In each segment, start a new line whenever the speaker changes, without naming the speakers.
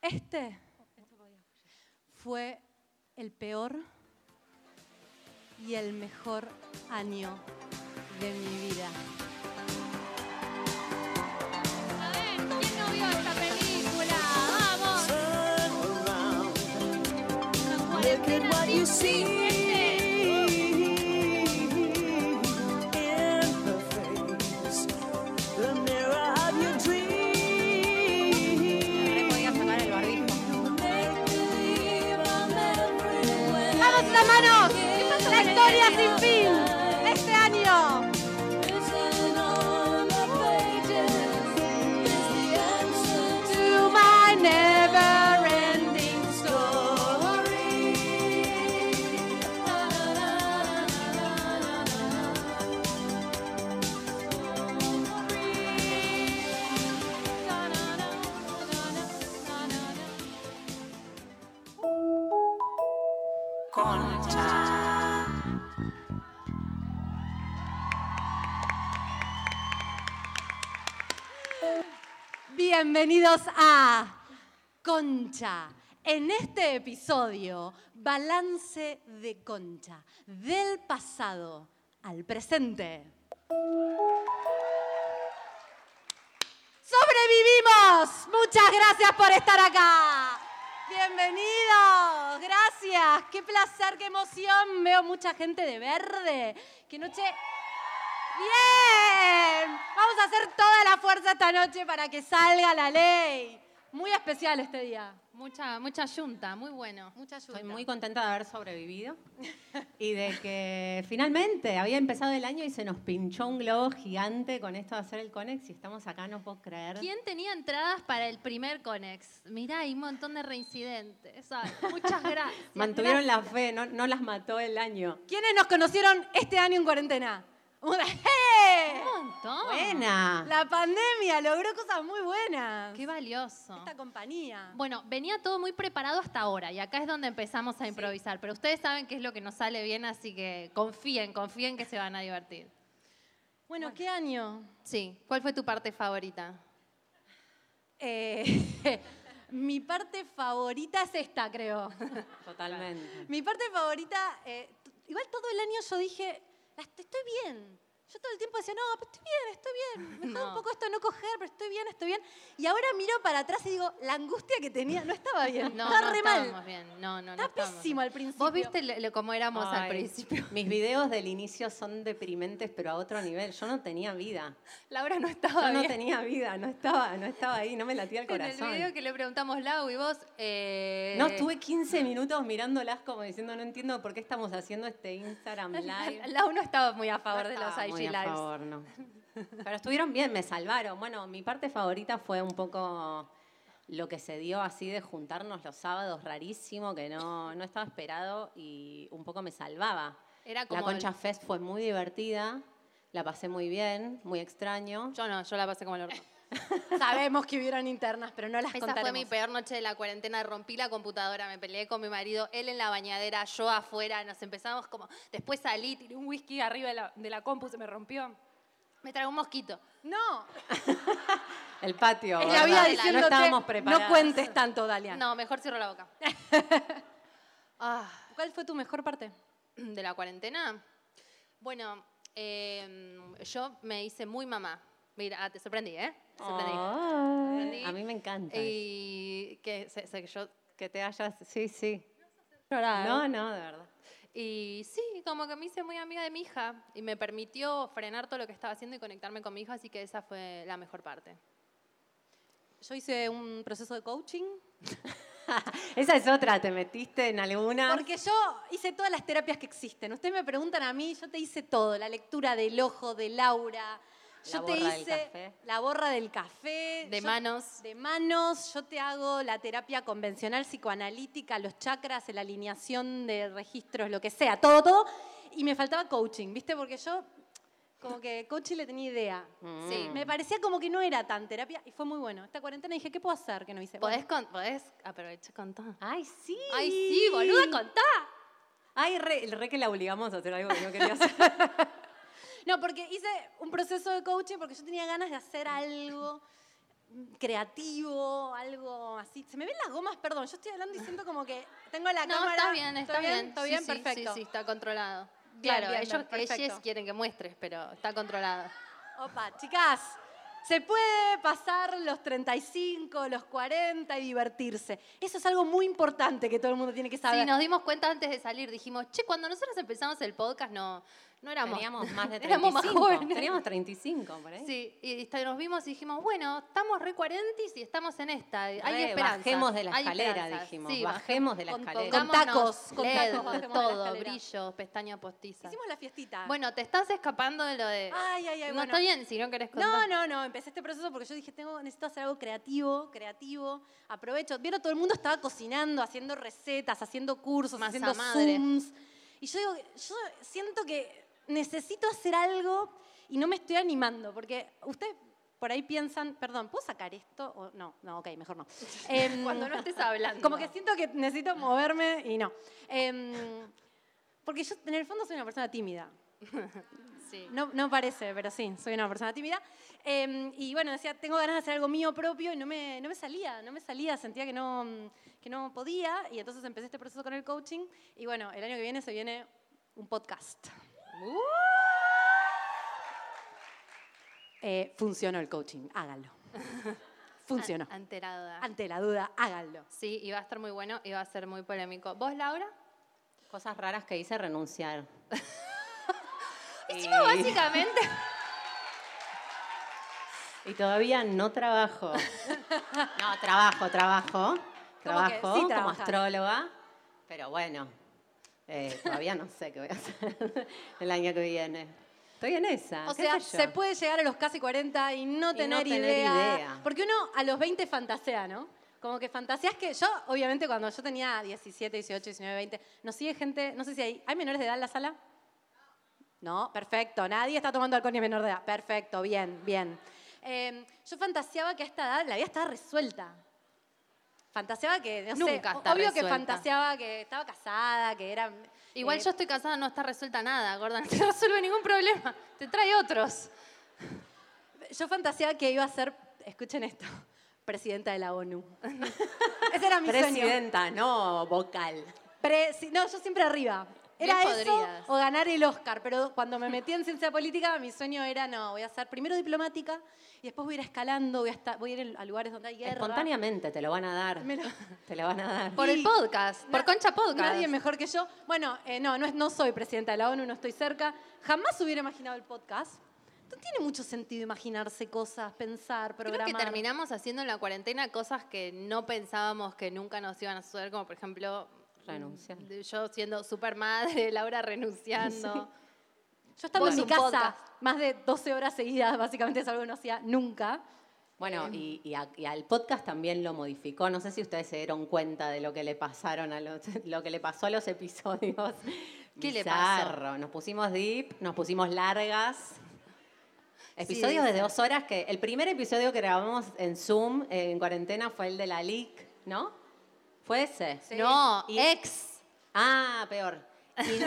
Este fue el peor y el mejor año de mi vida.
A ver, ¿quién no vio esta película? ¡Vamos!
Look at
La cuarentena
what you
sin
see
límites.
in her face. The mirror of your dream.
podía sacar el barbijo.
¡Vamos, hermanos! ¡La historia sin fin! ¡Este año! To my never ending Bienvenidos a Concha. En este episodio, balance de Concha, del pasado al presente. ¡Sobrevivimos! Muchas gracias por estar acá. Bienvenidos, gracias. Qué placer, qué emoción. Veo mucha gente de verde. Qué noche Bien, vamos a hacer toda la fuerza esta noche para que salga la ley. Muy especial este día.
Mucha, mucha yunta, muy bueno.
Mucha ayuda.
Estoy muy contenta de haber sobrevivido y de que finalmente había empezado el año y se nos pinchó un globo gigante con esto de hacer el Conex y estamos acá, no puedo creer.
¿Quién tenía entradas para el primer Conex? Mirá, hay un montón de reincidentes. Ay, Muchas gracias.
Mantuvieron la fe, no, no las mató el año.
¿ Quiénes nos conocieron este año en cuarentena? Una- ¡Eh!
Un montón.
Buena.
La pandemia logró cosas muy buenas.
Qué valioso.
Esta compañía.
Bueno, venía todo muy preparado hasta ahora y acá es donde empezamos a improvisar, pero ustedes saben qué es lo que nos sale bien, así que confíen, confíen que se van a divertir.
Bueno, ¿qué año?
Sí, ¿cuál fue tu parte favorita?
Eh, mi parte favorita es esta, creo.
Totalmente.
Mi parte favorita, eh, t- igual todo el año yo dije, "La est- estoy bien. Yo todo el tiempo decía, no, pero estoy bien, estoy bien. Me jode un
No.
poco esto de no coger, pero estoy bien, estoy bien. Y ahora miro para atrás y digo, la angustia que tenía no estaba bien.
No,
estaba
no
re
estábamos
mal.
bien. No, no, no
Está
estábamos
pésimo
bien.
al principio.
Vos viste lo- lo- cómo éramos al
Ay,
principio.
Mis videos del inicio son deprimentes, pero a otro nivel. Yo no tenía vida.
Laura no estaba
Yo no
bien.
tenía vida, no estaba, no estaba ahí, no me latía el
En el
corazón.
video que le preguntamos Lau y vos, eh,
No, estuve 15 minutos mirándolas como diciendo, no entiendo por qué estamos haciendo este Instagram live.
Lau no estaba muy a favor
No
de los
estaba
IG
muy a
Lives.
favor, no. Pero estuvieron bien, me salvaron. Bueno, mi parte favorita fue un poco lo que se dio así de juntarnos los sábados, rarísimo, que no, no estaba esperado y un poco me salvaba.
Era
La
como
Concha
el-
Fest fue muy divertida, la pasé muy bien, muy extraño.
Yo no, yo la pasé como el orto.
Sabemos que hubieron internas, pero no las
Esa
contaremos.
fue mi peor noche de la cuarentena. Rompí la computadora, me peleé con mi marido, él en la bañadera, yo afuera. Nos empezamos como. Después salí, tiré un whisky arriba de la, de la compu, se me rompió. Me tragó un mosquito.
No,
El patio.
es
¿verdad?
la vida
No
diciéndote, no,
estábamos preparados.
cuentes tanto, Dalia.
No, mejor cierro la boca. Ah,
¿Cuál fue tu mejor parte?
de la cuarentena. Bueno, eh, yo me hice muy mamá. Mira, ah, te sorprendí, ¿eh? Te sorprendí.
Ay,
Aprendí.
Ah. a mí me encanta. eso.
Y que, se- se- que yo, que te hayas
Sí, sí.
llorado.
No, no, de verdad.
Y sí, como que me hice muy amiga de mi hija y me permitió frenar todo lo que estaba haciendo y conectarme con mi hija, así que esa fue la mejor parte.
Yo hice un proceso de coaching
Esa es otra, te metiste en alguna.
Porque yo hice todas las terapias que existen. Ustedes me preguntan a mí, yo te hice todo. La lectura del ojo, de Laura. Yo
La
te
borra del
hice
café.
la borra del café.
De
yo-
manos.
De manos. Yo te hago la terapia convencional, psicoanalítica, los chakras, la alineación de registros, lo que sea. Todo, todo. Y me faltaba coaching, ¿viste? Porque yo como que coaching le tenía idea.
Sí.
Mm.
Me parecía como que no era tan terapia y fue muy bueno. Esta cuarentena dije, ¿qué puedo hacer que no hice?
¿Podés, con, podés aprovechar con todo?
Ay, sí.
¡Ay, sí, boluda, contá!
Ay, re, re que la obligamos a hacer algo que no quería hacer.
No, porque hice un proceso de coaching porque yo tenía ganas de hacer algo creativo, algo así. Se me ven las gomas, perdón, yo estoy hablando y siento como que tengo la
No,
cámara.
está bien, está
¿Estoy
bien.
Está
Sí,
bien,
sí,
perfecto.
Sí, sí, está controlado.
Bien,
claro,
bien,
ellos,
bien, perfecto.
ellos quieren que muestres, pero está controlado.
Opa, chicas, se puede pasar los 35, los 40 y divertirse. Eso es algo muy importante que todo el mundo tiene que saber.
Sí, nos dimos cuenta antes de salir, dijimos, che, cuando nosotros empezamos el podcast no, no éramos,
Teníamos más de 35.
éramos más jóvenes.
Teníamos 35, por
¿Eh?
ahí.
Sí, y está- nos vimos y dijimos, bueno, estamos re 40 y estamos en esta, hay
Re,
esperanza.
bajemos de la
hay
escalera,
esperanza.
dijimos, bajemos de la
con-
escalera.
Con
pongámonos
tacos, con
LED,
tacos bajemos de la
todo,
escalera.
brillos, pestaña postiza.
Hicimos la fiestita.
Bueno, te estás escapando de lo de...
Ay, ay, ay,
no
bueno.
está bien si no querés contar.
No, no, no, empecé este proceso porque yo dije, tengo, necesito hacer algo creativo, creativo. Aprovecho. Vieron, todo el mundo estaba cocinando, haciendo recetas, haciendo cursos,
Masa
haciendo
madre.
Zooms. Y yo digo, yo siento que necesito hacer algo y no me estoy animando, porque ustedes por ahí piensan, perdón, ¿puedo sacar esto? O- no, no, ok, mejor no. Em,
Cuando no estés hablando.
Como que siento que necesito moverme y no. Em, porque yo en el fondo soy una persona tímida.
Sí.
No, no parece, pero sí, soy una persona tímida. Eh, y bueno, decía, tengo ganas de hacer algo mío propio y no me, no me salía, no me salía, sentía que no, mm, que no podía. Y entonces empecé este proceso con el coaching. Y bueno, el año que viene se viene un podcast. Eh, funcionó el coaching, háganlo. Funcionó. Ah.
An- Anterada.
Ante la duda, háganlo.
Sí, y va a estar muy bueno y va a ser muy polémico. ¿Vos, Laura?
Cosas raras que hice renunciar.
Hicimos básicamente.
Y todavía no trabajo. No, trabajo, trabajo. Trabajo
sí
como
trabajas.
astróloga. Pero bueno, eh, todavía no sé qué voy a hacer el año que viene. Estoy en esa.
O
qué
sea,
sé yo.
se puede llegar a los casi 40 y no
no
tener,
tener
idea,
idea.
Porque uno a los 20 fantasea, ¿no? Como que fantaseas que yo, obviamente, cuando yo tenía 17, 18, 19, 20, nos sigue gente, no sé si hay, ¿hay menores de edad en la sala? No, perfecto. Nadie está tomando alcohol ni es menor de edad. Perfecto, bien, bien. Eh, yo fantaseaba que a esta edad la vida estaba resuelta. Fantaseaba que, no sé,
Nunca
o-
está
obvio que
resuelta.
fantaseaba que estaba casada, que era...
Igual
eh,
yo estoy casada, no está resuelta nada, Gordon. No te resuelve ningún problema. Te trae otros.
Yo fantaseaba que iba a ser, escuchen esto, presidenta de la ONU. Ese era mi sueño.
Presidenta, no vocal.
Presi- no, yo siempre arriba. Era
Bien
eso
podrías.
o ganar el Oscar, pero cuando me metí en ciencia política, mi sueño era, no, voy a ser primero diplomática y después voy a ir escalando, voy a, estar- voy a ir a lugares donde hay guerra.
Espontáneamente te lo van a dar.
Me lo-
Te lo van a dar.
Por el
Y-
podcast, por
Na-
Concha Podcast.
Nadie mejor que yo. Bueno, eh, no, no, es- no soy presidenta de la ONU, no estoy cerca. Jamás hubiera imaginado el podcast. No tiene mucho sentido imaginarse cosas, pensar,
Creo
programar.
que terminamos haciendo en la cuarentena cosas que no pensábamos que nunca nos iban a suceder, como por ejemplo.
Renunciar.
de- Yo siendo super madre, Laura renunciando.
Yo estando
Bueno,
en mi
un
casa
podcast.
más de 12 horas seguidas, básicamente es algo que no hacía nunca.
Bueno,
Em.
y, y a- y al podcast también lo modificó. No sé si ustedes se dieron cuenta de lo que le pasaron a los, lo que le pasó a los episodios.
¿Qué le
Bizarro. Nos pusimos deep, nos pusimos largas. Episodios de
sí.
dos horas que el primer episodio que grabamos en Zoom eh, en cuarentena fue el de la LIC, ¿no? ¿Fue ese?
No,
Y-
ex.
Ah, peor.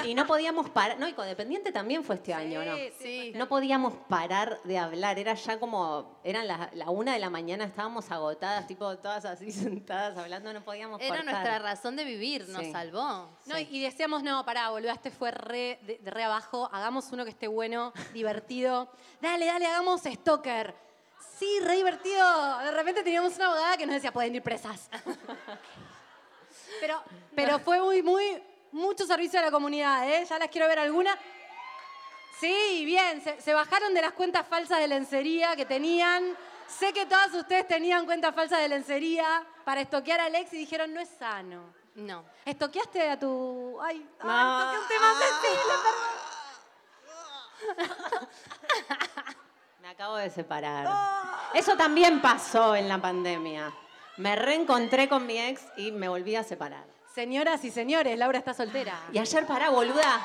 Y, y no podíamos parar. No, y codependiente también fue este año, ¿no?
sí.
No podíamos parar de hablar, era ya como, eran las la una de la mañana, estábamos agotadas, tipo todas así sentadas hablando, no podíamos
Era
cortar.
nuestra razón de vivir, nos
Sí.
salvó.
No,
Sí.
Y decíamos, no, pará, boluda, este fue re, de, de re abajo, hagamos uno que esté bueno, divertido. Dale, dale, hagamos Stalker. Sí, re divertido. De repente teníamos una abogada que nos decía, pueden ir presas. pero, pero fue muy, muy, mucho servicio a la comunidad, ¿eh? Ya las quiero ver alguna. Sí, bien, se, se bajaron de las cuentas falsas de lencería que tenían. Sé que todas ustedes tenían cuentas falsas de lencería para estoquear a Alex y dijeron, no es sano.
No.
Estoqueaste a tu. Ay,
No.
ay, toqué un tema sensible, perdón.
Me acabo de separar.
Ah.
Eso también pasó en la pandemia. Me reencontré con mi ex y me volví a separar.
Señoras y señores, Laura está soltera.
Y ayer pará, boluda.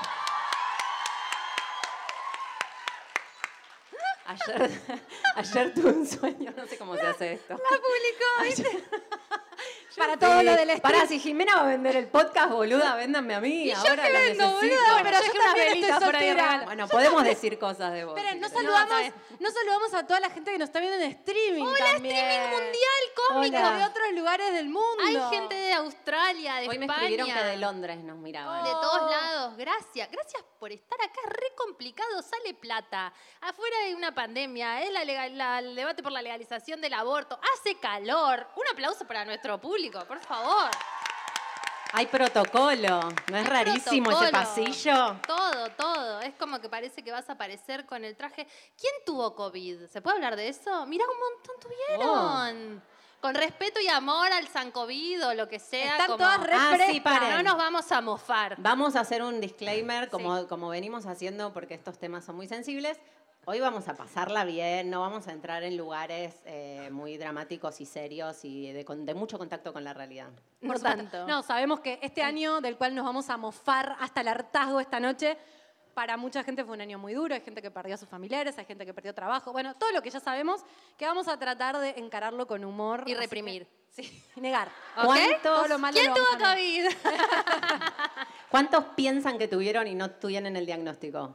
Ayer, ayer tuve un sueño, no sé cómo se hace esto.
publicó,
Ayer,
para todo lo del
Para,
estrés.
si Jimena va a vender el podcast, boluda, véndanme a mí.
Y yo
ahora
qué
lo
vendo,
necesito.
boluda, pero yo
dejé unas
también estoy
velitas por ahí
soltera.
arriba. Bueno, podemos decir cosas de vos.
Esperen, no
si querés.
saludamos,
está
no saludamos a toda la gente que nos está viendo en streaming.
Hola,
también.
streaming mundial cósmico.
Hola. de otros lugares del mundo.
Hay gente de Australia, de
Hoy me
España.
escribieron que de Londres nos miraban.
De todos lados, gracias. Gracias por estar acá. Es re complicado, sale plata. Afuera hay una pandemia, es la legal- la- el debate por la legalización del aborto. Hace calor. Un aplauso para nuestro público, por favor.
Hay protocolo. ¿No
Hay
es rarísimo
protocolo.
ese pasillo?
Todo, todo. Es como que parece que vas a aparecer con el traje. ¿Quién tuvo COVID? ¿Se puede hablar de eso? Mirá, un montón tuvieron. Con respeto y amor al San COVID o lo que sea.
Oh. Están
como-
todas re
Ah, sí,
frescas.
paren.
No nos vamos a mofar.
Vamos a hacer un disclaimer, como, como venimos haciendo, porque estos temas son muy sensibles. Hoy vamos a pasarla bien, no vamos a entrar en lugares eh, muy dramáticos y serios y de, con- de mucho contacto con la realidad.
no tanto.
No, sabemos que este año del cual nos vamos a mofar hasta el hartazgo esta noche, para mucha gente fue un año muy duro, hay gente que perdió a sus familiares, hay gente que perdió trabajo, bueno, todo lo que ya sabemos, que vamos a tratar de encararlo con humor.
Y
así
reprimir.
que- sí, y negar.
¿Ok?
¿Cuántos?
Todo lo malo
¿Quién
lo
tuvo
vamos a negar.
COVID?
¿Cuántos piensan que tuvieron y no tuvieron el diagnóstico?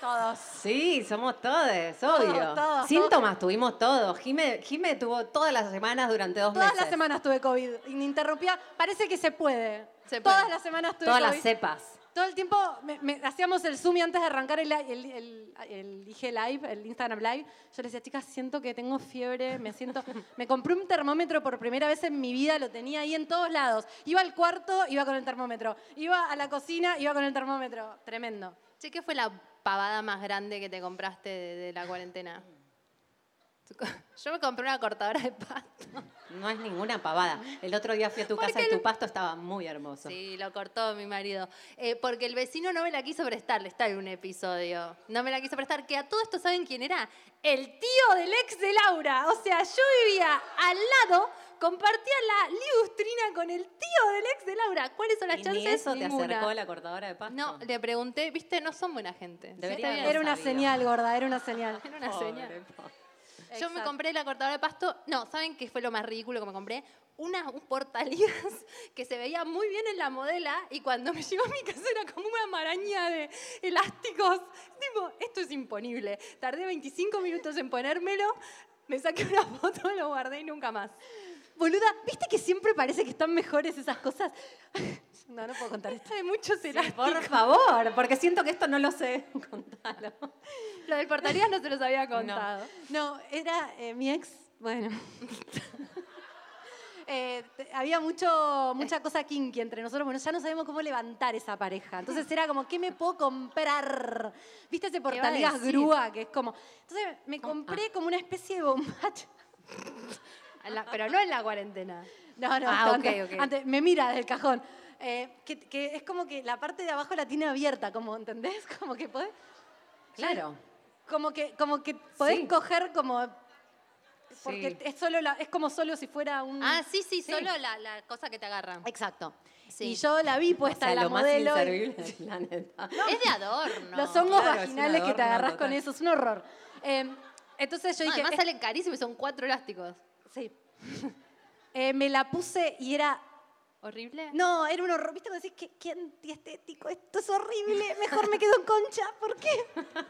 Todos.
Sí, somos todos, obvio.
todos,
Síntomas tuvimos todos. Jime, Jime tuvo todas las semanas durante dos
Todas
meses.
las semanas tuve COVID, ininterrumpida. Parece que se puede.
Se puede.
Todas las semanas tuve
Todas
COVID.
las cepas.
Todo el tiempo me- me- hacíamos el Zoom y antes de arrancar el, el, el- el IG Live, el Instagram Live, yo les decía, chicas, siento que tengo fiebre, me siento... Me compré un termómetro por primera vez en mi vida, lo tenía ahí en todos lados. Iba al cuarto, iba con el termómetro. Iba a la cocina, iba con el termómetro. Tremendo.
Che, ¿qué fue la pavada más grande que te compraste de, de la cuarentena? Yo me compré una cortadora de pasto.
No es ninguna pavada. El otro día fui a tu
Porque
casa y
lo-
tu pasto estaba muy hermoso.
Sí, lo cortó mi marido. Eh, porque el vecino no me la quiso prestar, le está en un episodio. No me la quiso prestar, que a todo esto saben quién era. El tío del ex de Laura. O sea, yo vivía al lado, compartía la liustrina con el tío del ex de Laura. ¿Cuáles son las
Y
chances?
ni eso
Ninguna.
te acercó la cortadora de pasto.
No, le pregunté, viste, no son buena gente.
Debería
Sí, está bien.
haber
Era una
sabido.
señal, gorda, era una señal.
Era una
Pobre,
señal.
pobre.
Yo me
Exacto.
compré la cortadora de pasto. No, ¿saben qué fue lo más ridículo que me compré? Una, un portaligas que se veía muy bien en la modela y cuando me llegó a mi casa era como una maraña de elásticos. Tipo, esto es imponible. Tardé 25 minutos en ponérmelo, me saqué una foto, lo guardé y nunca más.
Boluda, ¿viste que siempre parece que están mejores esas cosas? No, no puedo contar esto.
Está de muchos elásticos.
Por favor, porque siento que esto no lo sé contar.
Lo del portaligas no se los había contado.
No, era eh, mi ex, bueno. Eh, te- había mucho, mucha cosa kinky entre nosotros, bueno, ya no sabemos cómo levantar esa pareja. Entonces era como, ¿qué me puedo comprar? ¿Viste ese
a
portaligas
decir? Oh, ah.
grúa? Que es como. Entonces me compré como una especie de bombacha.
En la- pero no en la cuarentena.
No, no,
Ah,
antes,
ok, ok.
antes, me mira del cajón. Eh, que, que es como que la parte de abajo la tiene abierta, como, ¿entendés? Como que podés.
Claro.
Como que, como que podés
Sí.
coger como. Porque
Sí.
es, solo la- es como solo si fuera un.
Ah, sí, sí,
Sí.
solo la, la cosa que te agarra.
Exacto.
Sí.
Y yo la vi puesta
o sea,
en la
lo más
modelo. y-
inservible del planeta.
Es de adorno.
los hongos
claro, es un
vaginales que te
adorno
agarras
total.
con eso, es un horror. Eh, entonces yo
No,
dije.
además
"Es-
salen carísimos, son cuatro elásticos.
sí. Eh, me la puse y era
¿Horrible?
No, era un horror. ¿Viste cuando decís que qué antiestético? Esto es horrible. Mejor me quedo en concha. ¿Por qué?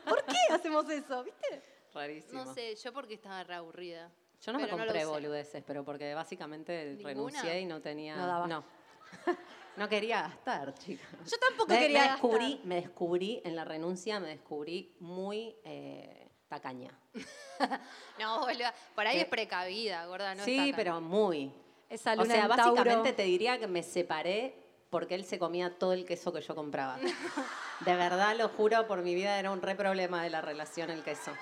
¿Por qué hacemos eso? ¿Viste?
Rarísimo.
No sé, yo porque estaba re aburrida.
Yo no
Pero
me compré
lo usé.
boludeces, pero porque básicamente
¿Ninguna?
renuncié y no tenía.
No daba.
No. No quería gastar, chicas.
Yo tampoco
me,
quería
me descubrí,
gastar.
Me descubrí en la renuncia, me descubrí muy eh, tacaña.
No, boluda. Por ahí
¿Qué?
es precavida, gorda. Ah, No
Eh, sí,
está tan-
pero muy.
Esa
O
luna
sea,
en Tauro.
básicamente te diría que me separé porque él se comía todo el queso que yo compraba. De verdad, lo juro, por mi vida era un re problema de la relación el queso.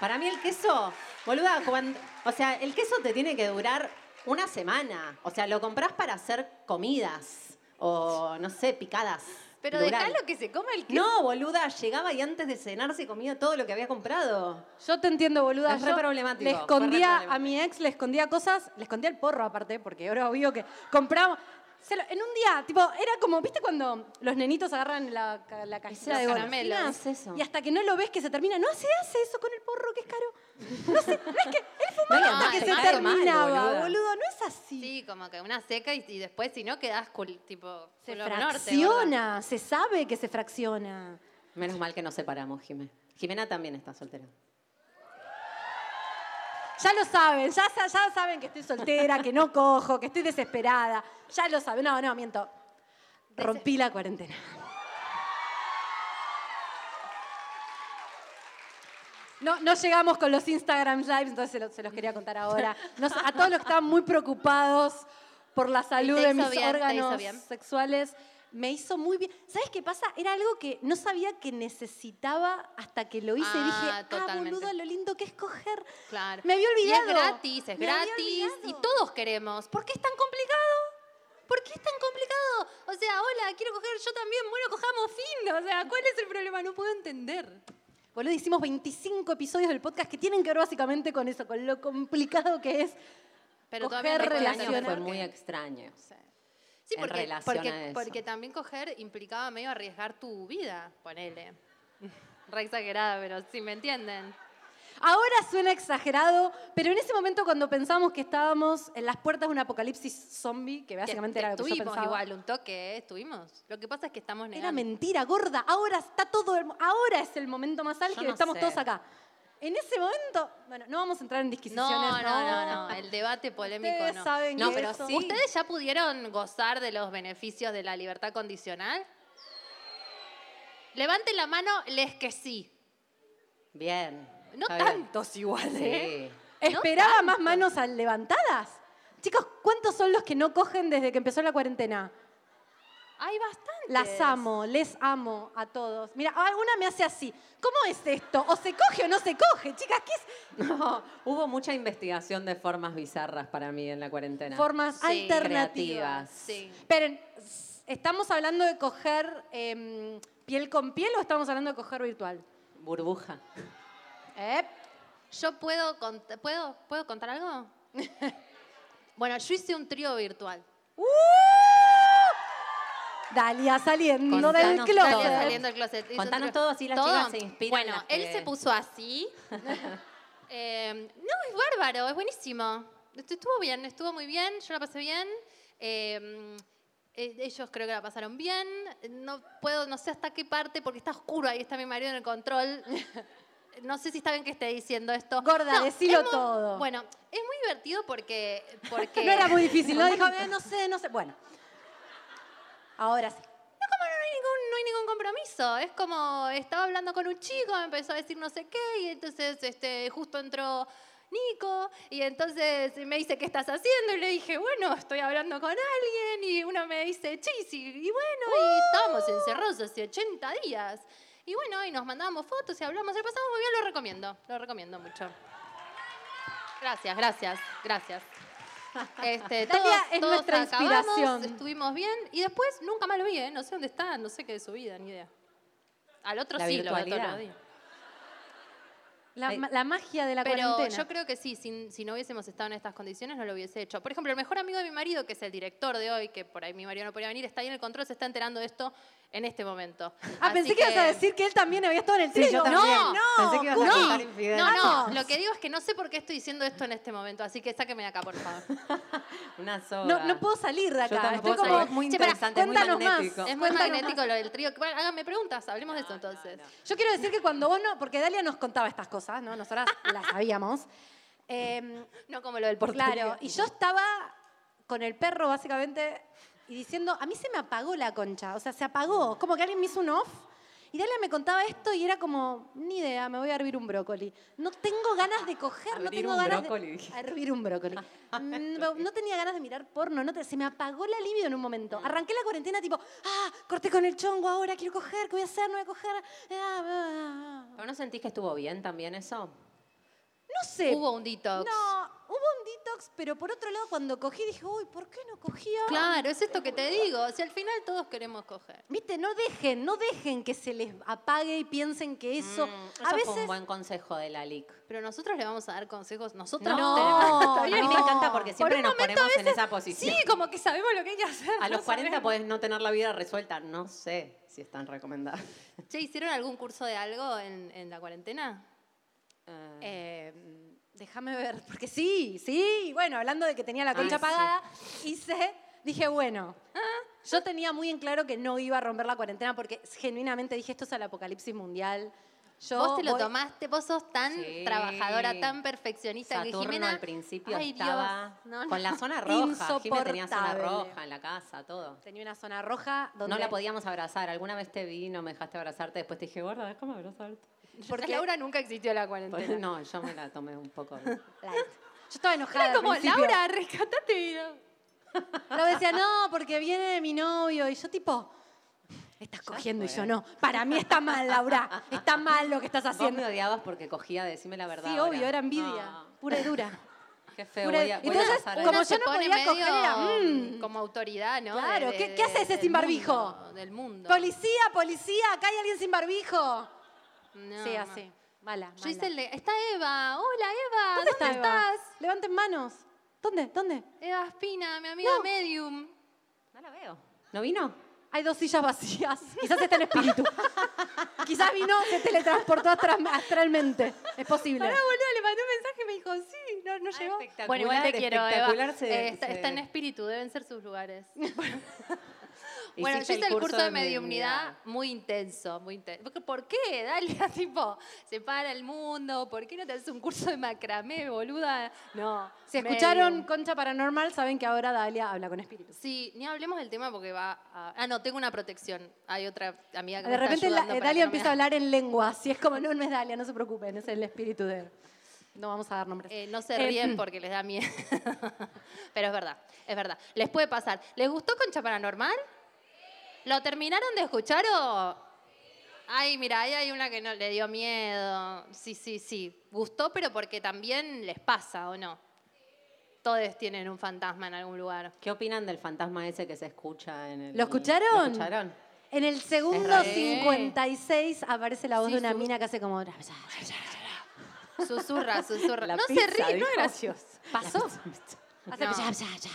Para mí el queso, boluda, cuando- o sea, el queso te tiene que durar una semana. O sea, lo compras para hacer comidas o, no sé, picadas.
Pero
plural.
dejalo que se coma el queso.
No, boluda, llegaba y antes de cenar se comía todo lo que había comprado.
Yo te entiendo, boluda.
Es re
Yo
problemático,
Le
fue re
escondía a
problemático.
mi ex, le escondía cosas, le escondía el porro aparte, porque ahora obvio que compramos. se lo- en un día, tipo, era como, ¿viste cuando los nenitos agarran la, ca- la cajita
eso,
de
caramelo,
golosinas?
es eso.
Y hasta que no lo ves que se termina, no se hace eso con el porro que es caro. No, se- no es que él fumaba
No,
hasta que
te
se
cae mal,
terminaba,
boluda.
boludo. No es así.
Sí, como que una seca y, y después si no quedás cul- tipo
se
color norte, gorda.
fracciona, se sabe que se fracciona.
Menos mal que nos separamos, Jimena. Jimena también está soltera.
Ya lo saben, ya, sa- ya saben que estoy soltera, que no cojo, que estoy desesperada. Ya lo saben. No, no, miento. Rompí la cuarentena. No, no llegamos con los Instagram Lives, entonces se lo- se los, quería contar ahora. No sé, a todos los que estaban muy preocupados por la salud
te
de
hizo
mis
bien, te hizo
órganos
bien.
sexuales, me hizo muy bien. ¿Sabes qué pasa? Era algo que no sabía que necesitaba hasta que lo hice.
Ah,
Dije, ah,
totalmente.
boludo, lo lindo que es coger.
Claro.
Me había
Y
olvidado.
es gratis, es
Me había
gratis. Y
olvidado.
todos queremos. ¿Por qué es tan complicado? ¿Por qué es tan complicado? O sea, hola, quiero coger yo también. Bueno, cojamos fin. O sea, ¿cuál es el problema? No puedo entender.
Boludo, hicimos 25 episodios del podcast que tienen que ver básicamente con eso, con lo complicado que es.
Pero
Coger
todavía no
Este
puedo
año
relacionar.
fue
entender
muy
que-
extraño.
Sí,
en
porque,
relación
porque,
a eso.
porque también coger implicaba medio arriesgar tu vida, ponele. Re exagerada, pero sí me entienden.
Ahora suena exagerado, pero en ese momento cuando pensamos que estábamos en las puertas de un apocalipsis zombie, que básicamente
Que-
era
que
lo que yo
estuvimos
pensaba.
igual, un toque, eh, estuvimos. Lo que pasa es que estamos
Era
negando.
mentira, gorda. Ahora está todo. hermo- Ahora es el momento más álgido.
no
estamos
sé.
todos acá. En ese momento, bueno, no vamos a entrar en disquisiciones.
no, no, no, no, el debate polémico
Ustedes
no.
saben
No,
que
pero
eso-
sí.
¿Ustedes ya pudieron gozar de los beneficios de la libertad condicional? Levanten la mano les que sí.
Bien.
No
Está bien.
tantos igual, ¿eh?
Sí.
Esperaba
tanto.
más manos al- levantadas. Chicos, ¿cuántos son los que no cogen desde que empezó la cuarentena?
Hay bastantes.
Las amo, les amo a todos. Mira, alguna me hace así. ¿Cómo es esto? ¿O se coge o no se coge? Chicas, ¿qué es?
No, hubo mucha investigación de formas bizarras para mí en la cuarentena.
Formas
Sí,
alternativas.
Sí.
Pero, ¿estamos hablando de coger em, piel con piel o estamos hablando de coger virtual?
Burbuja.
¿Eh?
Yo puedo, cont- ¿puedo, ¿puedo contar algo? bueno, yo hice un trío virtual.
¡Uh! Dalia saliendo del
Contanos
closet.
todo.
Salía saliendo del closet. Hizo un
Contanos
trío-
todo, así las chicas se inspiran,
Bueno,
las
él
que-
se puso así. Eh, no, es bárbaro, es buenísimo. Est- Estuvo bien, estuvo muy bien, yo la pasé bien. Eh, eh, ellos creo que la pasaron bien. No puedo, no sé hasta qué parte, porque está oscuro, ahí está mi marido en el control. No sé si está bien que esté diciendo esto.
Gorda,
No,
decilo
es mu-
todo.
Bueno, es muy divertido porque... porque
No era muy difícil, ¿no? Dijo, "Eh, no sé, no sé. Bueno. Ahora sí.
No, como no hay, ningún, no hay ningún compromiso. Es como estaba hablando con un chico, me empezó a decir no sé qué, y entonces este, justo entró Nico, y entonces me dice, ¿qué estás haciendo? Y le dije, bueno, estoy hablando con alguien, y uno me dice, chis, y, y bueno, y estábamos encerrados hace 80 días. Y bueno, y nos mandábamos fotos y hablamos, y pasamos muy bien, lo recomiendo, lo recomiendo mucho. Gracias, gracias, gracias. Este,
Dalia
todos,
es
todos
nuestra
acabamos,
inspiración.
Estuvimos bien y después nunca más lo vi, ¿eh? no sé dónde está, no sé qué de su vida, ni idea. Al otro
La
sí lo veo todos
virtualidad.
los días.
La,
Ay.
ma- la magia de la
Pero
cuarentena.
yo creo que sí, sin- si no hubiésemos estado en estas condiciones no lo hubiese hecho. Por ejemplo, el mejor amigo de mi marido, que es el director de hoy, que por ahí mi marido no podía venir, está ahí en el control, se está enterando de esto en este momento.
Ah,
Así
pensé que ibas a decir que él también había estado en el
Sí, yo
trío.
también.
No, no.
Pensé que ibas a
¿cómo?
contar
No.
infidencias.
No,
Vamos.
no, lo que digo es que no sé por qué estoy diciendo esto en este momento, así que sáqueme de acá, por favor.
Una soga.
No, no puedo salir de
Yo
acá.
tampoco
Estoy como,
salgo. Es muy
Che, pará,
interesante, es muy
cuéntanos más.
magnético.
Es muy
Cuéntanos
magnético
más.
lo del trío. Bueno, háganme preguntas, hablemos de eso entonces.
Yo quiero decir que cuando vos no, porque Dalia nos contaba estas cosas, ¿no? Nosotras las sabíamos. Eh,
No como lo del portal.
claro, y yo estaba con el perro básicamente y diciendo, a mí se me apagó la concha, o sea, se apagó, como que alguien me hizo un off. Y Dalia me contaba esto y era como, ni idea, me voy a hervir un brócoli. No tengo ganas de coger, no
Abrir
tengo
un
ganas
brócoli,
de...
dijiste.
Hervir un brócoli. Mm, No, no tenía ganas de mirar porno, no te- se me apagó la libido en un
Mm.
momento. Arranqué la cuarentena tipo, ah, corté con el chongo ahora, quiero coger, ¿qué voy a hacer? No voy a coger. Ah, ah, ah".
¿Pero no sentís que estuvo bien también eso?
No sé,
Hubo un detox.
no, hubo un detox, pero por otro lado, cuando cogí, dije, uy, ¿por qué no cogía?
Claro, es esto que te digo. Si al final todos queremos coger.
Viste, no dejen, no dejen que se les apague y piensen que eso.
Mm,
a
eso
veces.
fue un buen consejo de la LIC.
Pero nosotros le vamos a dar consejos. Nosotros
No,
No, tenemos-
no.
a mí me encanta porque siempre
un
nos
momento,
ponemos
a
en
veces-
esa posición.
Sí, como que sabemos lo que hay que hacer.
a los
no
40
sabemos.
podés no tener la vida resuelta. No sé si están recomendadas.
Che, ¿hicieron algún curso de algo en, en la cuarentena?
Eh,
Eh,
Em, déjame ver, porque sí, sí, bueno, hablando de que tenía la concha
sí.
apagada, hice, dije, bueno, ah, yo tenía muy en claro que no iba a romper la cuarentena porque genuinamente dije, esto es el apocalipsis mundial. Yo
Vos te lo
voy-
tomaste, vos sos tan
Sí.
trabajadora, tan perfeccionista que
Saturno
Jimena
al principio
Ay, Dios,
estaba
no, no.
con la zona roja. Jimé tenía zona
Insoportable.
roja en la casa, todo.
Tenía una zona roja donde...
No la podíamos abrazar. Alguna vez te vi, no me dejaste abrazarte. Después te dije, gorda, déjame abrazarte.
Porque
Porque
Laura nunca existió la cuarentena.
Pues, no, yo me la tomé un poco.
Light. Yo estaba enojada.
Era
al
como,
principio.
Laura, rescatate. era-
Luego decía, no, porque viene mi novio. Y yo, tipo, estás cogiendo y yo no. Para mí está mal, Laura. Está mal lo que estás
Vos
haciendo.
me odiabas porque cogía, decime la verdad.
Sí,
ahora.
obvio, era envidia.
Ah,
Pura y dura.
qué feo.
Pura-
Voy a, voy a
Entonces,
pasar a-
Como
Uno
yo
se
no
pone
podía coger,
medio
era, mm.
como autoridad, ¿no?
Claro, ¿qué- qué haces
del
sin barbijo?
mundo, del mundo.
Policía, policía, acá hay alguien sin barbijo.
No,
sí,
ma.
así. Mala,
Yo
mala.
hice el de, está Eva, hola Eva, ¿dónde,
Eva?
estás?
Levanten manos. ¿Dónde? ¿Dónde?
Eva Espina, mi amiga medium.
No la veo. ¿No vino?
Hay dos sillas vacías. Quizás está en espíritu. Quizás vino, se teletransportó astral- astralmente. Es posible.
Pará, Ah, boludo, le mandé un mensaje y me dijo, sí, no, no llegó.
espectacular,
Bueno, igual te quiero, Eva.
espectacular se-
Eh, está,
se-
está en espíritu, deben ser sus lugares. bueno, yo
Hiciste
hice el curso de mediumnidad muy intenso, muy intenso. ¿Por qué? Dale, tipo, se para el mundo, ¿por qué no te haces un curso de macramé, boluda? No.
Si escucharon
medium.
Concha Paranormal, saben que ahora Dalia habla con espíritus.
Sí, ni hablemos del tema porque va a... Ah, no, tengo una protección. Hay otra amiga que me
De
está
repente la-
ayudando
eh,
para
Dalia
que no me-
empieza a hablar en lengua, si es como, no, no es Dalia, no se preocupen, es el espíritu de... No vamos a dar nombres.
Eh, no se
Eh,
ríen porque les da miedo. Pero es verdad, es verdad. Les puede pasar. ¿Les gustó Concha Paranormal? ¿Lo terminaron de escuchar o...? Ay, mira, ahí hay una que no le dio miedo. Sí, sí, sí. Gustó, pero porque también les pasa, ¿o no? Todos tienen un fantasma en algún lugar.
¿Qué opinan del fantasma ese que se escucha en el.
¿Lo escucharon?
¿Lo escucharon?
En el segundo
Es re-
56 aparece la voz
Sí,
de una
su-
mina que hace como...
Susurra, susurra.
La
no se
pizza,
ríen, no
dijo.
es gracioso.
¿Pasó? Hace
No.
ya, ya, ya.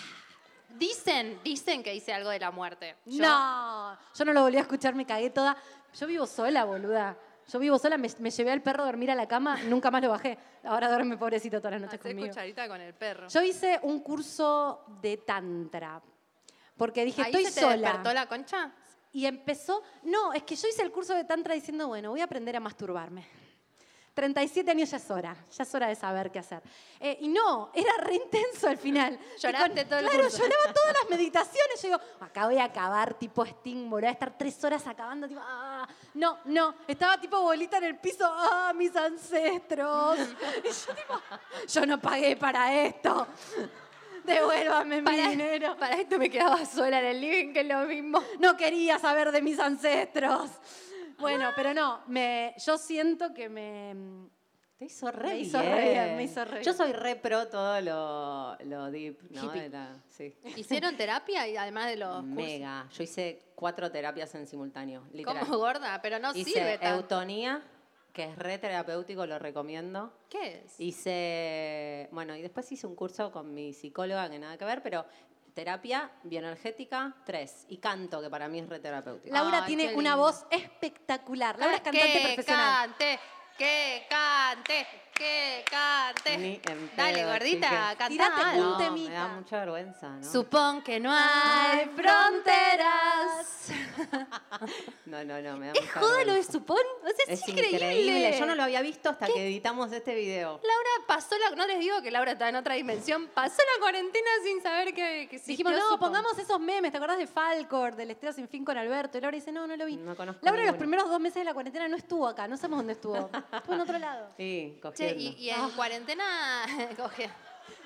Dicen, dicen que dice algo de la muerte. Yo-
No, yo no lo volví a escuchar, me cagué toda. Yo vivo sola, boluda. Yo vivo sola, me, me llevé al perro a dormir a la cama, nunca más lo bajé. Ahora duerme pobrecito todas las noches
Hacé
conmigo.
cucharita con el perro.
Yo hice un curso de tantra, porque dije,
Ahí
estoy
se te
sola.
despertó la concha?
Y empezó, no, es que yo hice el curso de tantra diciendo, bueno, voy a aprender a masturbarme. 37 años ya es hora, ya es hora de saber qué hacer. Eh, y no, era re intenso al final.
Lloraste
Tipo,
todo el
Claro,
curso.
lloraba todas las meditaciones. Yo digo, acá voy a acabar tipo Sting, boludo, voy a estar tres horas acabando, tipo, ah, no, no. Estaba tipo bolita en el piso, ah, mis ancestros. Y yo tipo, yo no pagué para esto. Devuélvame mi dinero.
Para esto me quedaba sola en el living, que es lo mismo.
No quería saber de mis ancestros.
Ah.
Bueno, pero no, me, yo siento que me...
Te hizo re
Me hizo
bien.
re bien, me hizo re
Yo
bien.
soy re pro todo lo, lo deep, ¿no?
Hippie.
De la- sí.
¿Hicieron terapia y además de los cursos?
Mega. Yo hice cuatro terapias en simultáneo, literal.
¿Cómo gorda? Pero no sirve
hice
tanto.
eutonía, que es re terapéutico, lo recomiendo.
¿Qué es?
Hice, bueno, y después hice un curso con mi psicóloga que nada que ver, pero terapia bioenergética, tres, y canto, que para mí es re terapéutico.
Laura
Ay,
tiene
qué
una
lindo.
voz espectacular. Laura es cantante
que
profesional.
Cante, que cante, que cante.
Ni en
Dale,
pedo,
gordita,
chiques.
Tirate un
cantá algo.
No, Oh, me
temita.
da mucha vergüenza, ¿no?
Supón que no hay fronteras.
no, no, no, me da
Es
mucha
joda lo de
vergüenza.
Supón. O sea, es,
Es increíble. Yo no lo había visto hasta que editamos este video.
Laura pasó la... No les digo que Laura está en otra dimensión. Pasó la cuarentena sin saber que, que existió
Dijimos, no,
Supón.
pongamos esos memes, ¿te acordás de Falcor, del Estero Sin Fin con Alberto? Y Laura dice, no, no lo vi.
No conozco
Laura los
ninguno.
primeros dos meses de la cuarentena no estuvo acá, no sabemos dónde estuvo. Estuvo en otro lado.
Sí,
Che,
cogiendo.
y, y en cuarentena coge.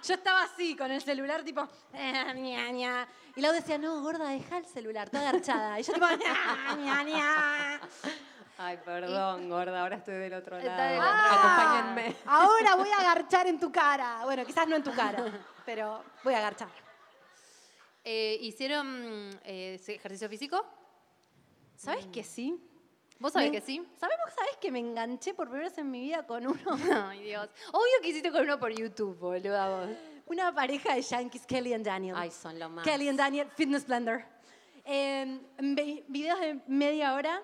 Yo estaba así, con el celular, tipo, "Ah, ña, ña". Y Laura decía, no, gorda, deja el celular, toda garchada. Y yo tipo, "Ah, ña, ña".
Ay, perdón, gorda, ahora estoy del otro
Está
lado.
del otro
Ah,
lado.
Acompáñenme.
Ahora voy a agarchar en tu cara. Bueno, quizás no en tu cara, pero voy a agarchar.
Eh, ¿Hicieron eh, sí, ejercicio físico?
¿Sabes que sí?
¿Vos sabés
Me-
que sí?
¿Sabemos, sabes que me enganché por primera vez en mi vida con uno?
Ay, Dios. Obvio que hiciste con uno por YouTube, boluda vos.
Una pareja de yankees, Kelly and Daniel.
Ay, son lo más.
Kelly and Daniel, Fitness Blender. Eh, ve- videos de media hora,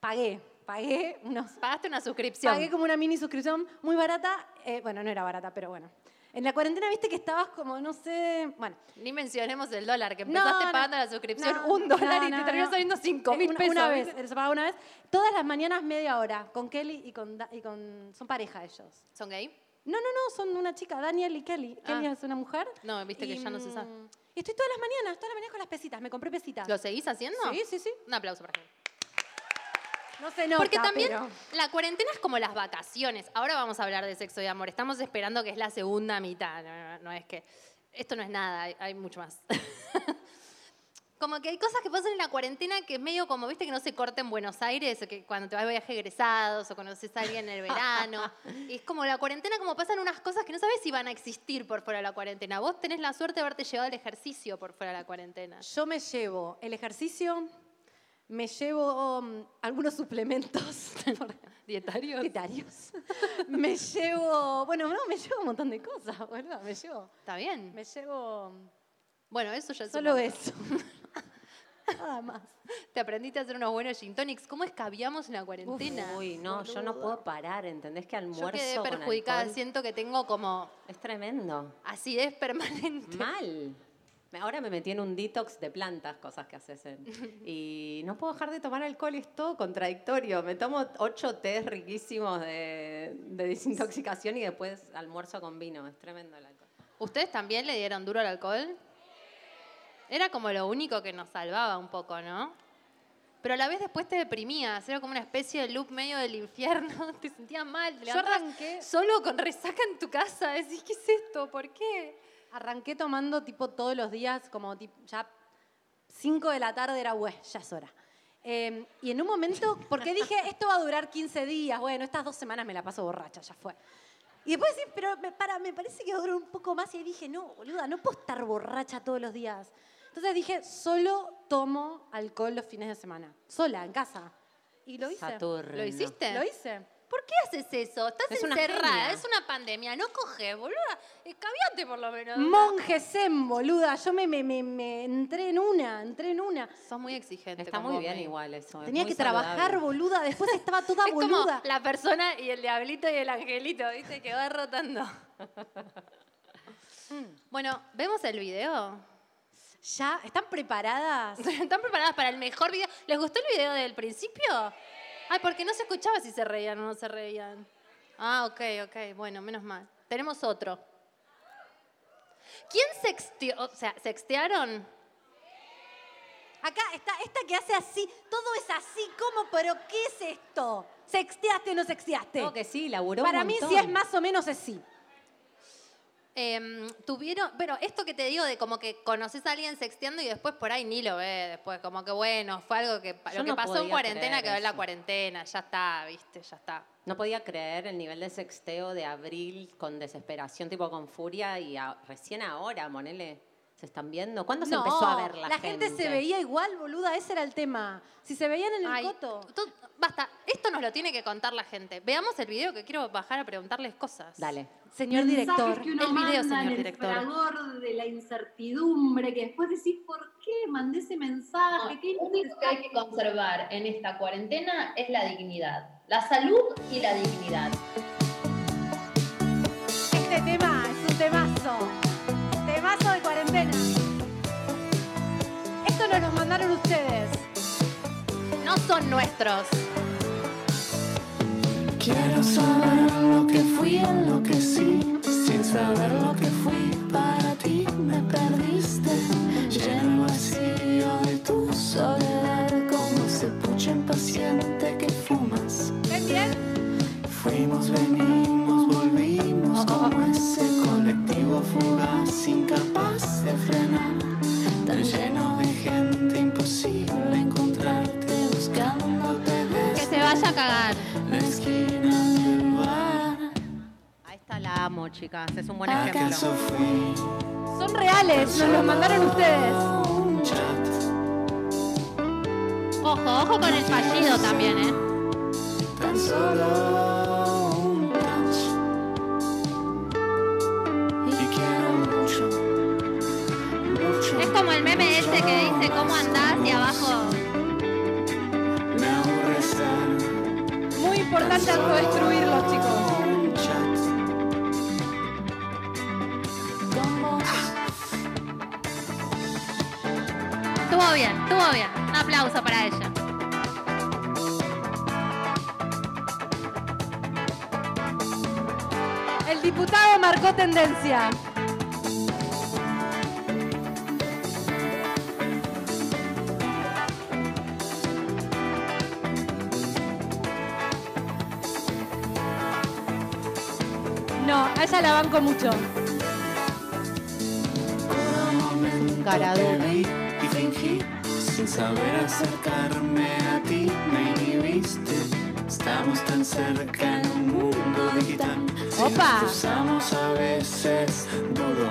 pagué, pagué unos
Pagaste una suscripción.
Pagué como una mini suscripción muy barata eh, bueno, no era barata, pero bueno. En la cuarentena viste que estabas como, no sé, bueno.
Ni mencionemos el dólar, que empezaste
no,
pagando
no.
la suscripción
No,
un dólar
no,
y te
no,
terminó
no.
saliendo cinco
Eh,
mil
una-
pesos.
Una vez,
¿viste?
se pagaba una vez. Todas las mañanas media hora, con Kelly y con, Da- y con son pareja ellos.
¿Son gay?
No, no, no, son una chica, Daniel y Kelly. Kelly
Ah.
es una mujer.
No, viste que ya no se usa.
mm, Y estoy todas las mañanas, todas las mañanas con las pesitas, me compré pesitas.
¿Lo seguís haciendo?
Sí, sí, sí.
Un aplauso para gente.
No se nota,
Porque también
pero-
la cuarentena es como las vacaciones. Ahora vamos a hablar de sexo y amor. Estamos esperando que es la segunda mitad. No, no, no, es que. Esto no es nada, hay, hay mucho más. como que hay cosas que pasan en la cuarentena que es medio como, viste, que no se corta en Buenos Aires, o que cuando te vas de viaje egresados, o conoces a alguien en el verano. Y es como la cuarentena, como pasan unas cosas que no sabes si van a existir por fuera de la cuarentena. Vos tenés la suerte de haberte llevado el ejercicio por fuera de la cuarentena.
Yo me llevo el ejercicio, me llevo um, algunos suplementos
Dietario.
dietarios. me llevo, bueno, no, me llevo un montón de cosas, boludo, me llevo.
Está bien.
Me llevo um,
Bueno, eso ya es un
solo
montón.
eso. Nada más.
Te aprendiste a hacer unos buenos gin tonics. ¿Cómo escabiamos en la cuarentena?
Uy, no, yo no puedo parar, ¿entendés? Que
Yo
almuerzo
quedé
con
perjudicada.
alcohol
Siento que tengo como
es tremendo.
acidez permanente.
Mal. Ahora me metí en un detox de plantas, cosas que haces. en- Y no puedo dejar de tomar alcohol, es todo contradictorio. Me tomo ocho tés riquísimos de, de desintoxicación y después almuerzo con vino. Es tremendo el
Mm.
alcohol.
¿Ustedes también le dieron duro al alcohol? Era como lo único que nos salvaba un poco, ¿no? Pero a la vez después te deprimías, era como una especie de loop medio del infierno, te sentías mal, te
Yo
levantabas
arranqué-
solo con resaca en tu casa, decís, ¿qué es esto? ¿Por qué?
Arranqué tomando tipo todos los días, como tip- ya 5 de la tarde era, güey, ya es hora. Eh, y en un momento, porque dije, esto va a durar 15 días, bueno, estas dos semanas me la paso borracha, ya fue. Y después sí, pero me, para, me parece que va a durar un poco más y ahí dije, no, boluda, no puedo estar borracha todos los días. Entonces dije, solo tomo alcohol los fines de semana, sola, en casa. Y lo hice.
Saturno.
¿Lo hiciste?
Lo hice.
¿Por qué haces eso? Estás
Es una
encerrada,
genia.
es una pandemia, no coges, boluda. Escabiate por lo menos.
Monje zen, boluda, yo me, me, me, me entré en una, entré en una.
Sos muy exigente.
Está
con
muy
vos
bien
misma.
igual eso. es
Tenía
muy
que trabajar,
saludable.
boluda. Después estaba toda
Es como
boluda.
la persona y el diablito y el angelito, ¿viste? Que va rotando. bueno, ¿vemos el video?
¿Ya? ¿Están preparadas?
¿Están preparadas para el mejor video? ¿Les gustó el video del principio? Ay, porque no se escuchaba si se reían o no se reían. Ah, ok, ok. Bueno, menos mal. Tenemos otro. ¿Quién sexteó? O sea, ¿sextearon?
Acá está esta que hace así. Todo es así. ¿Cómo? ¿Pero qué es esto? ¿Sexteaste o no sexteaste?
No, que sí, laburó un
Para mí sí
montón.
es más o menos así.
Em, tuvieron, pero esto que te digo de como que conoces a alguien sexteando y después por ahí ni lo ves, después como que bueno, fue algo que pa-
Yo
lo que
no
pasó en
podía
cuarentena
creer
quedó en la
eso.
cuarentena, ya está, viste, ya está.
No podía creer el nivel de sexteo de abril con desesperación, tipo con furia, y a- recién ahora, Monele, se están viendo. ¿Cuándo se empezó a ver la,
gente? se veía igual, boluda. Ese era el tema. Si se veían en el
Ay,
coto.
to- basta, esto nos lo tiene que contar la gente. Veamos el video que quiero bajar a preguntarles cosas.
Dale.
Señor
mensajes
director.
que uno
el
manda
video, señor
en el
director.
disparador de la incertidumbre, que después decís, ¿por qué mandé ese mensaje? ¿Qué
Lo único que hay que conservar en esta cuarentena es la dignidad. La salud y la dignidad.
Este tema es un temazo. Temazo de cuarentena. Esto nos lo mandaron ustedes.
No son nuestros.
Quiero saber lo que fui, en lo que sí, sin saber lo que fui para ti me perdiste. Lleno el vacío de tu soledad, como se pucha impaciente que fumas.
¿Ven bien?
Fuimos, venimos, volvimos como ese colectivo fugaz, incapaz de frenar. Tan lleno de gente, imposible encontrarte buscándote
Que
desde
se vaya a cagar.
la esquina del bar.
A esta la amo, chicas. Es un buen
¿Acaso
ejemplo.
fui
Son reales, nos los mandaron ustedes.
un chat
Ojo, ojo con el fallido también, ¿eh?
tan solo un touch? Y quiero mucho, mucho.
Es como el meme este que dice cómo andás y abajo.
Me aburre estar
Muy importante autodestruirlos, chicos.
un chat Ah.
Estuvo bien, estuvo bien. Un aplauso para ella.
El diputado marcó tendencia. No, a ella la banco mucho.
Te vi y fingí sin saber acercarme a ti me inhibiste estamos tan cerca en un mundo digital si
Opa.
nos cruzamos a veces dudo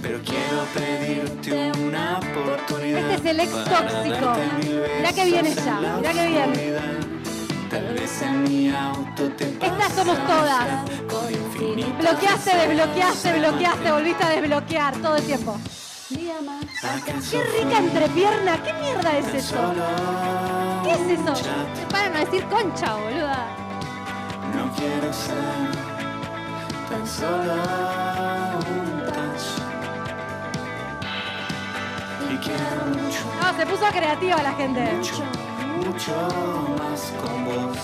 pero quiero pedirte una oportunidad
Este es el ex
para
tóxico.
darte mil
Mirá que bien
besos en
ella,
la
mirá que bien.
oscuridad. tal vez en mi auto te
Estas somos
pasas
todas.
por infinitos
Bloqueaste,
deseos
desbloqueaste,
de
bloqueaste, volviste a desbloquear todo el tiempo.
¿Acaso
Qué rica entrepierna, ¿qué mierda es eso?
solo
¿Qué es eso?
chat?
Para no decir concha, boluda.
No quiero ser tan solo un touch. Y quiero mucho,
No, se puso creativa la gente.
mucho más con vos.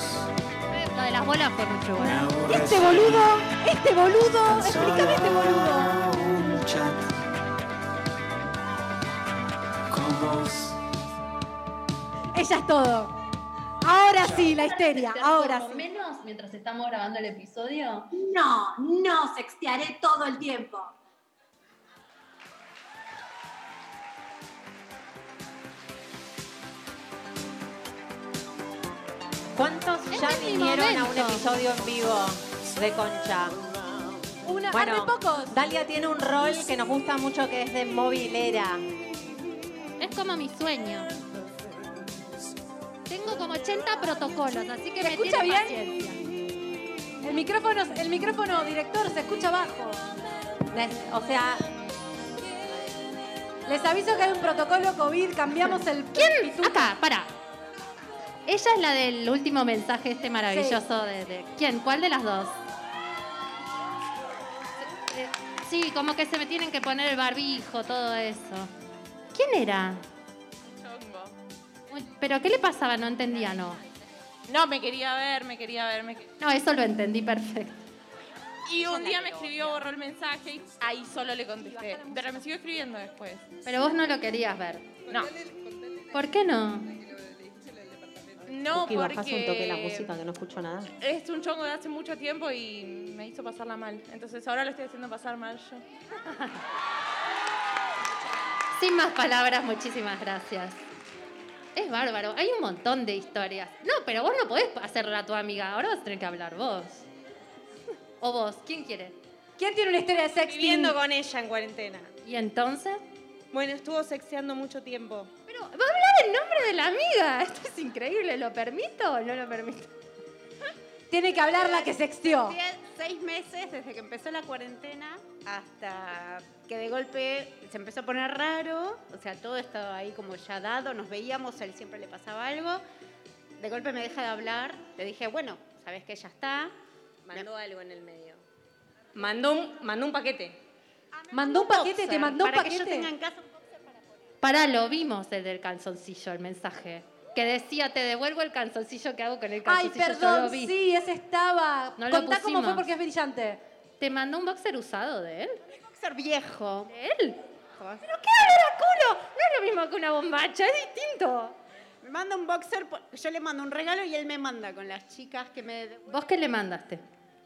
Lo de las bolas fue mucho
Me
bueno.
aburre
Este
ser
boludo, este boludo,
tan
explícame este
solo
boludo.
un chat. Con vos.
Ella es todo. Ahora sí, la histeria, ahora
Por lo
sí.
menos mientras estamos grabando el episodio.
No, no, sextearé todo el tiempo.
¿Cuántos ya
es mi
vinieron a un
momento.
episodio en vivo de Concha?
Una, ah,
Bueno,
muy pocos.
Dalia tiene un rol que nos gusta mucho que es de movilera.
Es como mi sueño. Tengo como 80 protocolos, así que
¿Se
me
escucha
tiene
bien?
paciencia.
El micrófono, el micrófono, director, se escucha abajo.
Des- O sea,
Les aviso que hay un protocolo COVID, cambiamos el...
¿Quién?
pituto.
Acá, para. Ella es la del último mensaje este maravilloso de, de- ¿Quién? ¿Cuál de las dos? Eh, Sí, como que se me tienen que poner el barbijo, todo eso. ¿Quién era? Uy, ¿Pero qué le pasaba? No entendía, no.
No, me quería ver, me quería ver. me que-
No, eso lo entendí perfecto.
Y un día me escribió, borró el mensaje y ahí solo le contesté. Pero me siguió escribiendo después.
Pero vos no lo querías ver.
No,
¿Por qué no?
no
Tuki, bajás un toque la música
porque
que no escucho nada.
es un chongo de hace mucho tiempo y me hizo pasarla mal. Entonces ahora lo estoy haciendo pasar mal yo.
Sin más palabras, muchísimas gracias. Es bárbaro, hay un montón de historias. No, pero vos no podés hacerla a tu amiga, ahora vas a tener que hablar vos. O vos, ¿quién quiere?
¿Quién tiene una historia de sexting?
Viviendo con ella en cuarentena.
¿Y entonces?
Bueno, estuvo sexeando mucho tiempo.
Pero, ¿va a hablar en nombre de la amiga? Esto es increíble, ¿lo permito o no lo permito?
Tiene que hablar la que sextió.
Diez- seis meses desde que empezó la cuarentena hasta que de golpe se empezó a poner raro, o sea, todo estaba ahí como ya dado, nos veíamos, a él siempre le pasaba algo, de golpe me deja de hablar, le dije, bueno, sabes que ya está. Mandó algo en el medio. Mandó un, mandó un paquete.
Mandó un paquete, te mandó un
para que yo
paquete.
tenga en casa un boxer para
Pará, lo vimos el del calzoncillo, el mensaje. Que decía, te devuelvo el calzoncillo que hago con el
Ay,
calzoncillo. yo lo
perdón,
vi.
sí, ese estaba.
No lo
Contá cómo
pusimos.
fue porque es brillante.
¿Te mandó un boxer usado de él?
un boxer viejo.
¿De él? ¿Pero qué olor a culo? No es lo mismo que una bombacha, es distinto.
Me manda un boxer, por- yo le mando un regalo y él me manda con las chicas que me
¿Vos qué le mandaste?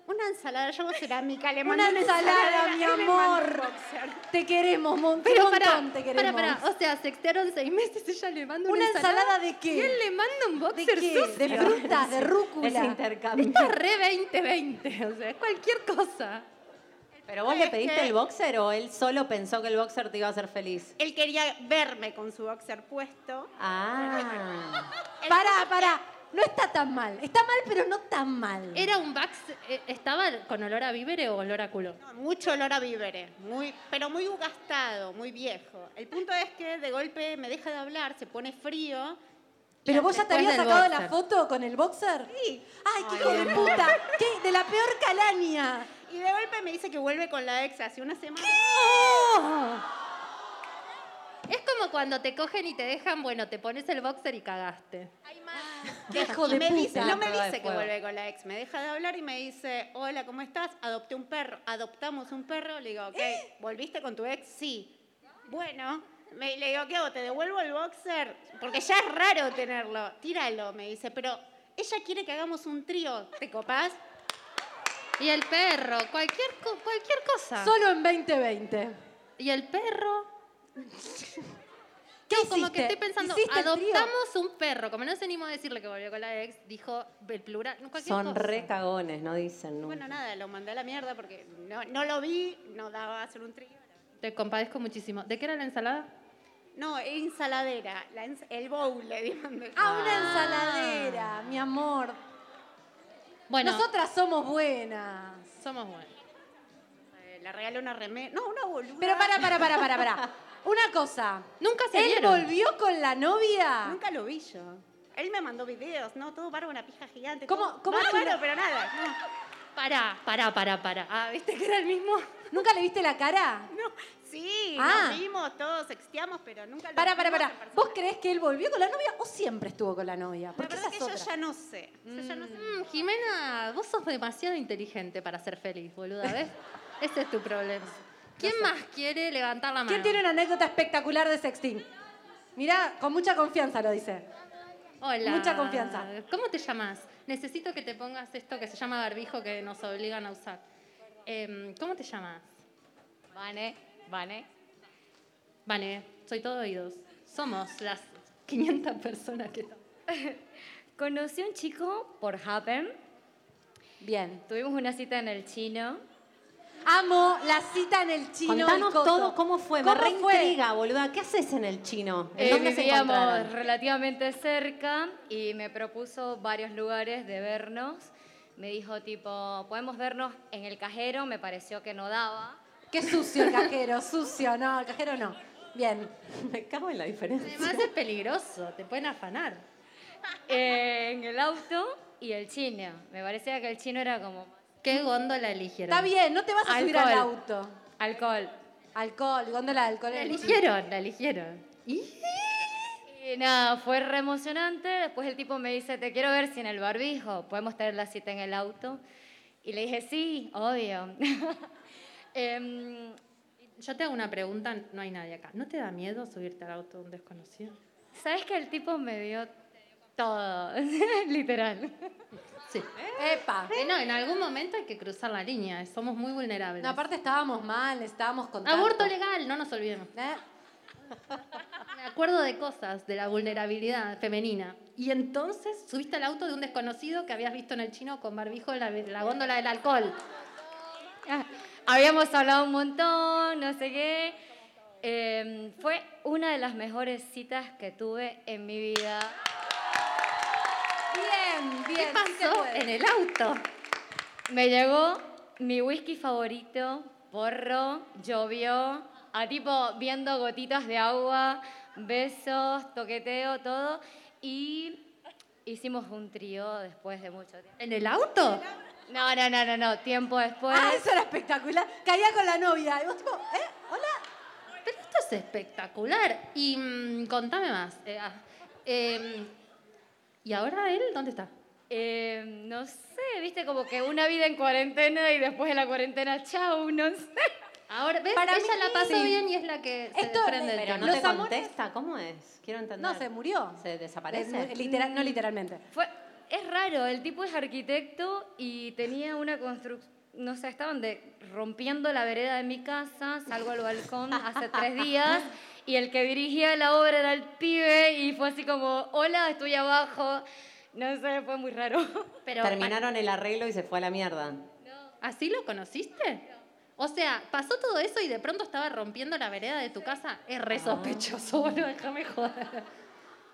Una ensalada, yo hago cerámica, le mando
Una ensalada, mi
y le mando un
amor.
boxer.
Te queremos, Mon. un montón te
para,
queremos.
para. O sea, sextearon seis meses, ella le manda una,
¿Una ensalada de
Y él
qué?
le manda un
¿De
boxer
qué?
sucio.
De frutas, de
Ese
rúcula.
intercambio.
Está re 2020, o sea, es cualquier cosa.
¿Pero vos le pediste el boxer o él solo pensó que el boxer te iba a hacer feliz?
Él quería verme con su boxer puesto.
Ah.
Pará, pará. No está tan mal. Está mal, pero no tan mal.
¿Era un boxer, eh, estaba con olor a víveres o olor a culo?
No, Mucho olor a víveres, muy, pero muy gastado, muy viejo. El punto es que de golpe me deja de hablar, se pone frío.
¿Pero vos ya te
Después
habías
del
sacado
boxer.
la foto con el boxer?
Sí.
Ay, qué hijo de puta. Qué- De la peor calaña.
Y de golpe me dice que vuelve con la ex hace una semana.
Es como
eso cuando te cogen y te dejan, bueno, te pones el boxer y cagaste.
Que-
Hijo
y
de
me
puta.
dice, no me
Prueba de
dice que
fuego.
vuelve con la ex, me deja de hablar y me dice, hola, ¿cómo estás? Adopté un perro, adoptamos un perro. Le digo, ok, ¿volviste con tu ex? Sí. Bueno, me, le digo, ¿qué hago? ¿Te devuelvo el boxer? Porque ya es raro tenerlo. Tíralo, me dice, pero ella quiere que hagamos un trío, ¿te copás?
Y el perro, cualquier, co- cualquier cosa.
Solo en 2020.
Y el perro.
¿Qué
no, como que
hiciste?
estoy pensando,
¿Hiciste el trío?
adoptamos un perro. Como no se animó a decirle que volvió con la ex, dijo el plural. Cualquier
Son
cosa.
re cagones, no dicen nunca.
Bueno, nada, lo mandé a la mierda porque no, no lo vi, no daba a hacer un trío.
Te compadezco muchísimo. ¿De qué era la ensalada?
No, ensaladera, la ens- el bowl le di- mandé.
Ah, una ensaladera, mi amor.
Bueno.
Nosotras somos buenas.
Somos buenas.
Eh, Le regalé una remera. No, una boluda.
Pero para, para, para, para, para. Una cosa.
Nunca
se
¿Él
vieron.
volvió con la
Ah.
novia?
Nunca lo vi yo. Él me mandó videos, ¿no? Todo barba, una pija gigante.
¿Cómo-
todo
cómo es que
bárbaro,
no-
pero nada. no.
Pará, pará, pará, pará. Ah, ¿viste que era el mismo?
¿Nunca le viste la cara?
No. Sí,
Ah.
nos vimos, todos sexteamos, pero nunca lo
Para, para,
vimos
para.
en persona.
¿Vos creés que él volvió con la novia o siempre estuvo con la novia?
La
Porque
verdad
esa
que
es
yo
otra.
ya no sé. Yo ya no sé.
Mm, Jimena, vos sos demasiado inteligente para ser feliz, boluda, ¿ves? Ese es tu problema. ¿Quién más quiere levantar la mano?
¿Quién tiene una anécdota espectacular de sexting? Mirá, con mucha confianza lo dice.
Hola.
Mucha confianza.
¿Cómo te llamas? Necesito que te pongas esto que se llama barbijo que nos obligan a usar. Em, ¿Cómo te llamas? Vane. Vane. Vane, soy todo oídos. Somos las 500 personas que estamos.
Conocí a un chico por Happen.
Bien.
Tuvimos una cita en el chino.
Amo la cita en el chino.
Contanos todo cómo fue, me
¿Cómo fue?
reintriga, boluda. ¿Qué haces en el chino? ¿En
Eh,
dónde se
vivíamos
encontraron?
relativamente cerca y me propuso varios lugares de vernos. Me dijo tipo, podemos vernos en el cajero, me pareció que no daba.
Qué sucio el cajero, sucio. No, el cajero no. Bien.
Me cago en la diferencia.
Además es peligroso, te pueden afanar.
Eh, en el auto y el chino. Me parecía que el chino era como...
¿Qué góndola eligieron?
Está bien, no te vas a subir al
Alcohol.
auto.
Alcohol.
Alcohol, góndola de alcohol.
La eligieron, la eligieron.
Y nada, fue re emocionante. Después el tipo me dice, te quiero ver sin el barbijo. ¿Podemos tener la cita en el auto? Y le dije, sí, obvio. Em,
Yo te hago una pregunta, no hay nadie acá. ¿No te da miedo subirte al auto de un desconocido?
¿Sabes que el tipo me dio todo? Literal.
Sí.
Epa.
Eh, no, en algún momento hay que cruzar la línea, eh, somos muy vulnerables.
No, aparte estábamos mal, estábamos con tanto.
Aborto legal, no nos olvidemos.
¿Eh?
Me acuerdo de cosas, de la vulnerabilidad femenina. Y entonces subiste al auto de un desconocido que habías visto en el chino con barbijo en la, la góndola del alcohol.
Ah, Habíamos hablado un montón, no sé qué. Em, fue una de las mejores citas que tuve en mi vida.
Bien,
¿Qué
bien.
pasó en el auto?
Me llegó mi whisky favorito, porro, llovió, a tipo viendo gotitas de agua, besos, toqueteo, todo. Y hicimos un trío después de mucho tiempo.
¿En el auto?
No, no, no, no, no, tiempo después.
Ah, eso era espectacular. Caía con la novia. Y vos tipo, ¿eh?
Pero esto es espectacular. Y mm, contame más. Eh, ah, em, ¿Y ahora él dónde está?
Eh, no sé, viste, como que una vida en cuarentena y después de la cuarentena, chau, no sé.
Ahora, ¿ves?
Para
Ella
mí-
la pasó
sí.
bien y es la que se
Esto-
desprende del
Pero
tema.
no te
Los amores-
contesta, ¿cómo es? Quiero entender.
No, se murió.
¿Se desaparece?
Eh, literal- no literalmente.
Fue, es raro, el tipo es arquitecto y tenía una construcción, no sé, estaban de, rompiendo la vereda de mi casa, salgo al balcón hace tres días y el que dirigía la obra era el pibe y fue así como, hola, estoy abajo. No sé, fue muy raro.
Pero,
Terminaron el arreglo y se fue a la mierda.
¿Así lo conociste? O sea, pasó todo eso y de pronto estaba rompiendo la vereda de tu casa. Es re sospechoso, boludo, déjame joder.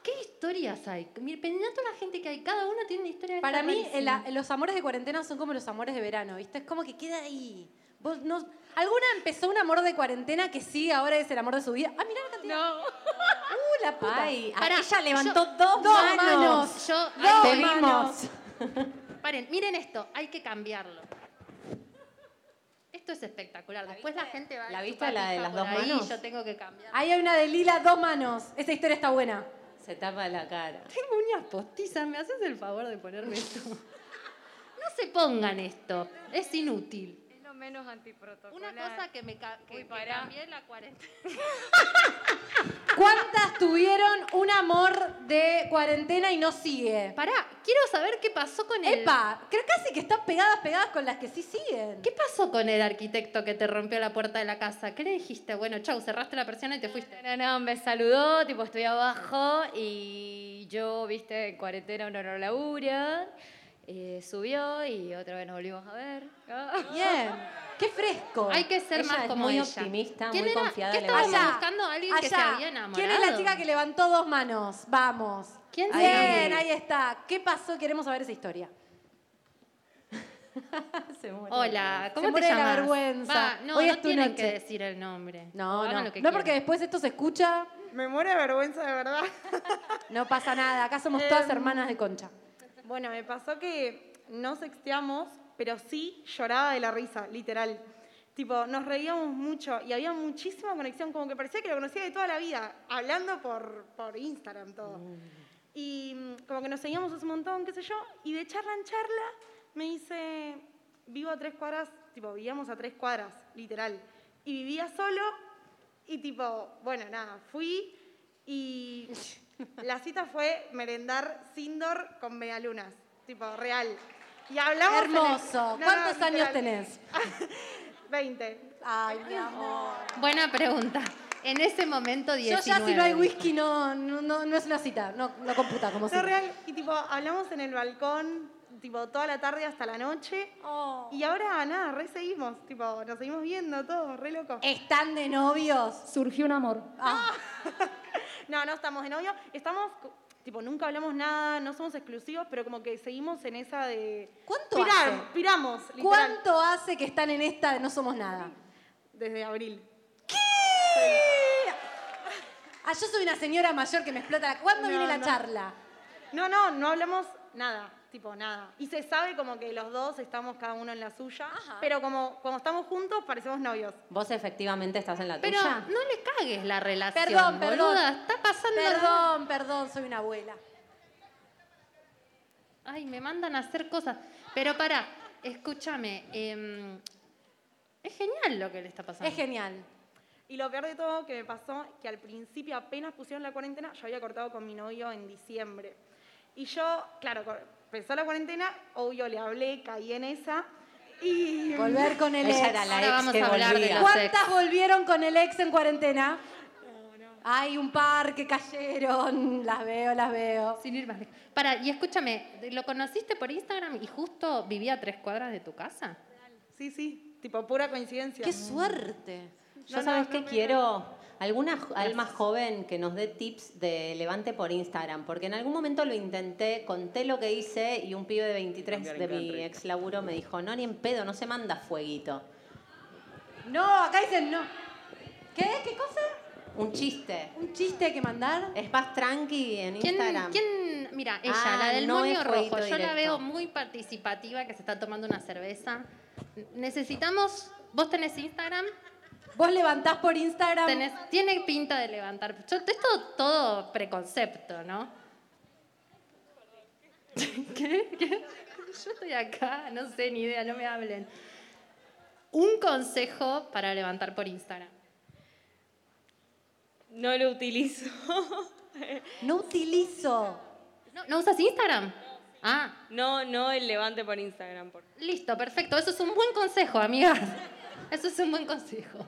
¿Qué historias hay? Mira, pensá toda la gente que hay, cada uno tiene una historia.
Para
está
mí, el-
rarísima.
los amores de cuarentena son como los amores de verano, ¿viste? Es como que queda ahí. Vos no... ¿Alguna empezó un amor de cuarentena que sí ahora es el amor de su vida? Ah, mirá la cantidad.
No.
Uh, la puta.
Ay,
Pará,
Ah, ella levantó
yo-
dos,
dos
manos.
manos.
Yo,
Dos
Te
manos.
vimos.
Paren, miren esto, hay que cambiarlo. Es
esto es espectacular. Después la gente va
la
a
viste
chupar
la de
pija
las
por
dos
ahí,
manos?
Yo tengo que cambiar.
Ahí hay una de Lila, dos manos. Esa historia está buena.
Se tapa la cara.
Tengo uñas postizas, ¿me haces el favor de ponerme esto? No se pongan esto, es inútil.
Es lo menos antiprotocolar.
Una cosa que me ca- que,
Uy,
que
pará.
cambié la cuarentena.
¿Cuántas tuvieron un amor de cuarentena y no sigue?
Pará, quiero saber qué pasó con
el... Epa, creo casi que están pegadas, pegadas con las que sí siguen.
¿Qué pasó con el arquitecto que te rompió la puerta de la casa? ¿Qué le dijiste? Bueno, chau, cerraste la persiana y te fuiste.
No, no, me saludó, tipo, estoy abajo y yo, viste, en cuarentena una no labura. eh, subió y otra vez nos volvimos a ver.
Bien, qué fresco.
Hay que ser
Ah. Ella
más
es
como
muy
ella.
optimista,
¿Quién
muy
era?
confiada,
¿Qué
le
estábamos
gusta.
buscando? Alguien que se
Allá.
había enamorado.
¿Quién es la chica que levantó dos manos? Vamos.
¿Quién
Bien,
sabe?
ahí está. ¿Qué pasó? Queremos saber esa historia.
Hola,
Se
¿cómo te
muere de la
llamas?
vergüenza.
Va, no,
Hoy
no
es tu
tienen
noche.
que
que decir el nombre.
No,
Hagan
no.
lo que
No,
quieran.
porque después esto se escucha,
Me muero de vergüenza, de verdad.
no pasa nada. Acá
Eh,
somos todas hermanas de concha.
Mm.
Bueno, me pasó que no sexteamos, pero sí lloraba de la risa, literal. Tipo, nos reíamos mucho y había muchísima conexión, como que parecía que lo conocía de toda la vida, hablando por, por Instagram todo.
Uh.
Y mm, como que nos seguíamos hace un montón, qué sé yo, y de charla en charla me dice, vivo a tres cuadras, tipo, vivíamos a tres cuadras, literal. Y vivía solo y tipo, bueno, nada, fui y la cita fue merendar Sindor con medialunas, tipo, real. Y hablamos... en el-
Hermoso.
No, no,
¿Cuántos años
literal,
tenés?
20.
Ay, mi amor.
Buena pregunta. En ese momento 19.
Yo ya si no hay whisky no, no, no, no es una cita, no, no computa como
No,
si.
real. Y tipo, hablamos en el balcón, tipo, toda la tarde hasta la noche. Y ahora, nada, re seguimos. Tipo, nos seguimos viendo todo, re loco.
¿Están de novios?
Surgió un amor.
No, no estamos de novio. Estamos, co- tipo, nunca hablamos nada, no somos exclusivos, pero como que seguimos en esa de...
¿Cuánto
Pirar,
hace?
Piramos, literal.
¿Cuánto hace que están en esta de no somos nada?
Desde abril.
Ah, yo soy una señora mayor que me explota la... ¿Cuándo
No,
viene la
no.
charla?
No, no, no hablamos nada, tipo nada. Y se sabe como que los dos estamos cada uno en la suya, pero como cuando estamos juntos parecemos novios.
Vos efectivamente estás en la
Pero
tuya.
no le cagues la relación.
pues Perdón, perdón.
boluda, Está pasando.
Perdón, perdón, soy una abuela.
Ay, me mandan a hacer cosas. Pero pará, escúchame. em, es genial lo que le está pasando.
Es genial.
Y lo peor de todo que me pasó, que al principio apenas pusieron la cuarentena, yo había cortado con mi novio en diciembre. Y yo, claro, cor- empezó la cuarentena, obvio le hablé, caí en esa. Y
Volver con el
Ella
ex.
era la Ahora ex vamos que a
hablar de volvía. los
¿Cuántas volvieron con el ex en cuarentena? Hay un par que cayeron. Las veo, las veo.
Sin ir más lejos. Pará, y escúchame, ¿lo conociste por Instagram y justo vivía a tres cuadras de tu casa?
Sí, sí, tipo pura coincidencia.
¡Qué suerte!
Yo
No, no,
sabes
no,
qué
no, no.
quiero alguna jo- alma joven que nos dé tips de levante por Instagram, porque en algún momento lo intenté, conté lo que hice y un pibe de 23 de mi ex laburo me dijo, "No ni en pedo, no se manda fueguito."
No, acá dicen no. ¿Qué? ¿Qué cosa?
Un chiste.
¿Un chiste que mandar?
Es más tranqui en
¿Quién,
Instagram.
quién- mira, ella,
Ah,
la del
no
moño
es
rojo,
jueguito
yo la
directo.
veo muy participativa, que se está tomando una cerveza. Necesitamos, vos tenés Instagram,
Vos levantás por Instagram.
tenés, tiene pinta de levantar. Yo, esto todo preconcepto, ¿no? ¿Qué? ¿Qué? Yo estoy acá, no sé, ni idea, no me hablen. Un consejo para levantar por Instagram.
No lo utilizo.
No utilizo.
¿No, no usas Instagram? Ah,
No, no el levante por Instagram. Por...
listo, perfecto. Eso es un buen consejo, amigas. Eso es un buen consejo.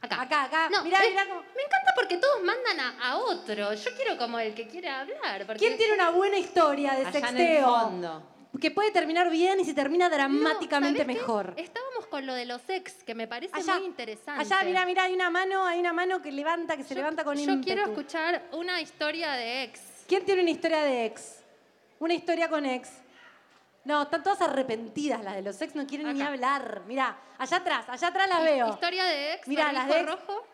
Acá.
Acá, acá.
No,
mirá,
me,
mirá cómo-
me encanta porque todos mandan a, a otro. Yo quiero como el que quiere hablar. porque-
¿Quién tiene una buena historia de
Allá en el
sexteo?
fondo.
Que puede terminar bien y se termina dramáticamente
¿Sabés qué?
mejor.
Estábamos con lo de los ex, que me parece
Allá,
muy interesante.
Allá, mirá, mirá, hay una mano, hay una mano que levanta, que se
Yo-
levanta con
Yo
ímpetu.
quiero escuchar una historia de ex.
¿Quién tiene una historia de ex? Una historia con ex. No, están todas arrepentidas las de los ex, no quieren ni
Acá.
hablar. Mirá, allá atrás, allá atrás las
Hi-
veo.
Historia de ex.
Mirá, las
las
de
de
ex.
rojo.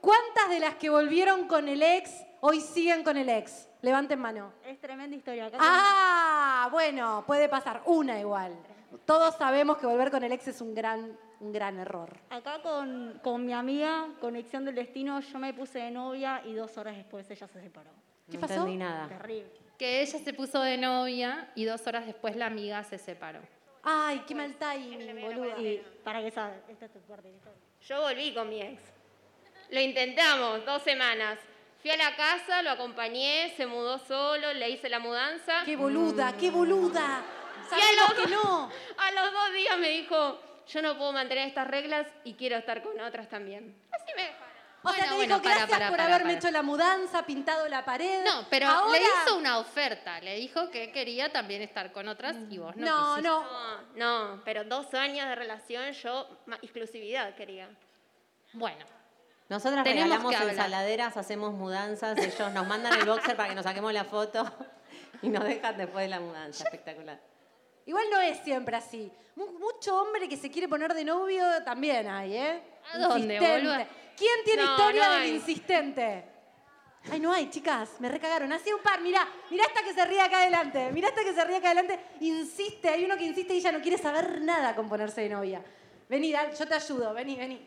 ¿Cuántas de las que volvieron con el ex hoy siguen con el ex? Levanten mano.
Es tremenda historia. acá
Ah, bueno, puede pasar una igual. Todos sabemos que volver con el ex es un gran un gran error.
Acá con, con mi amiga, Conexión del Destino, yo me puse de novia y dos horas después ella se separó.
¿Qué pasó?
entendí
Ah.
nada.
Terrible.
Que ella se puso de novia y dos horas después la amiga se separó.
Ay, qué mal timing, boluda.
para que sabes, esta es tu parte. esta es tu-
Yo volví con mi ex. Lo intentamos dos semanas. Fui a la casa, lo acompañé, se mudó solo, le hice la mudanza.
¡Qué boluda, qué boluda!
Sabemos
que no.
A los dos días me dijo, yo no puedo mantener estas reglas y quiero estar con otras también. Así me dejaron.
O sea, te
bueno,
dijo
para,
gracias
para,
por
para,
haberme
para".
hecho la mudanza, pintado la pared.
No, pero
Ahora-
le hizo una oferta. Le dijo que quería también estar con otras y vos no quisiste.
no. No, pero dos años de relación yo ma- exclusividad quería.
Bueno.
Nosotras
Tenemos
regalamos
que hablar.
ensaladeras, hacemos mudanzas, ellos nos mandan el boxer para que nos saquemos la foto y nos dejan después de la mudanza. Espectacular.
Igual no es siempre así. Mu- Mucho hombre que se quiere poner de novio también hay, ¿eh?
¿A dónde,
Insistente.
boluda?
¿Quién tiene
No,
historia
no
del
hay.
insistente? Ay, no hay, chicas, me recagaron. Así un par, mirá, mirá esta que se ríe acá adelante, mirá esta que se ríe acá adelante. Insiste, hay uno que insiste y ya no quiere saber nada con ponerse de novia. Vení, Dan, yo te ayudo, vení, vení.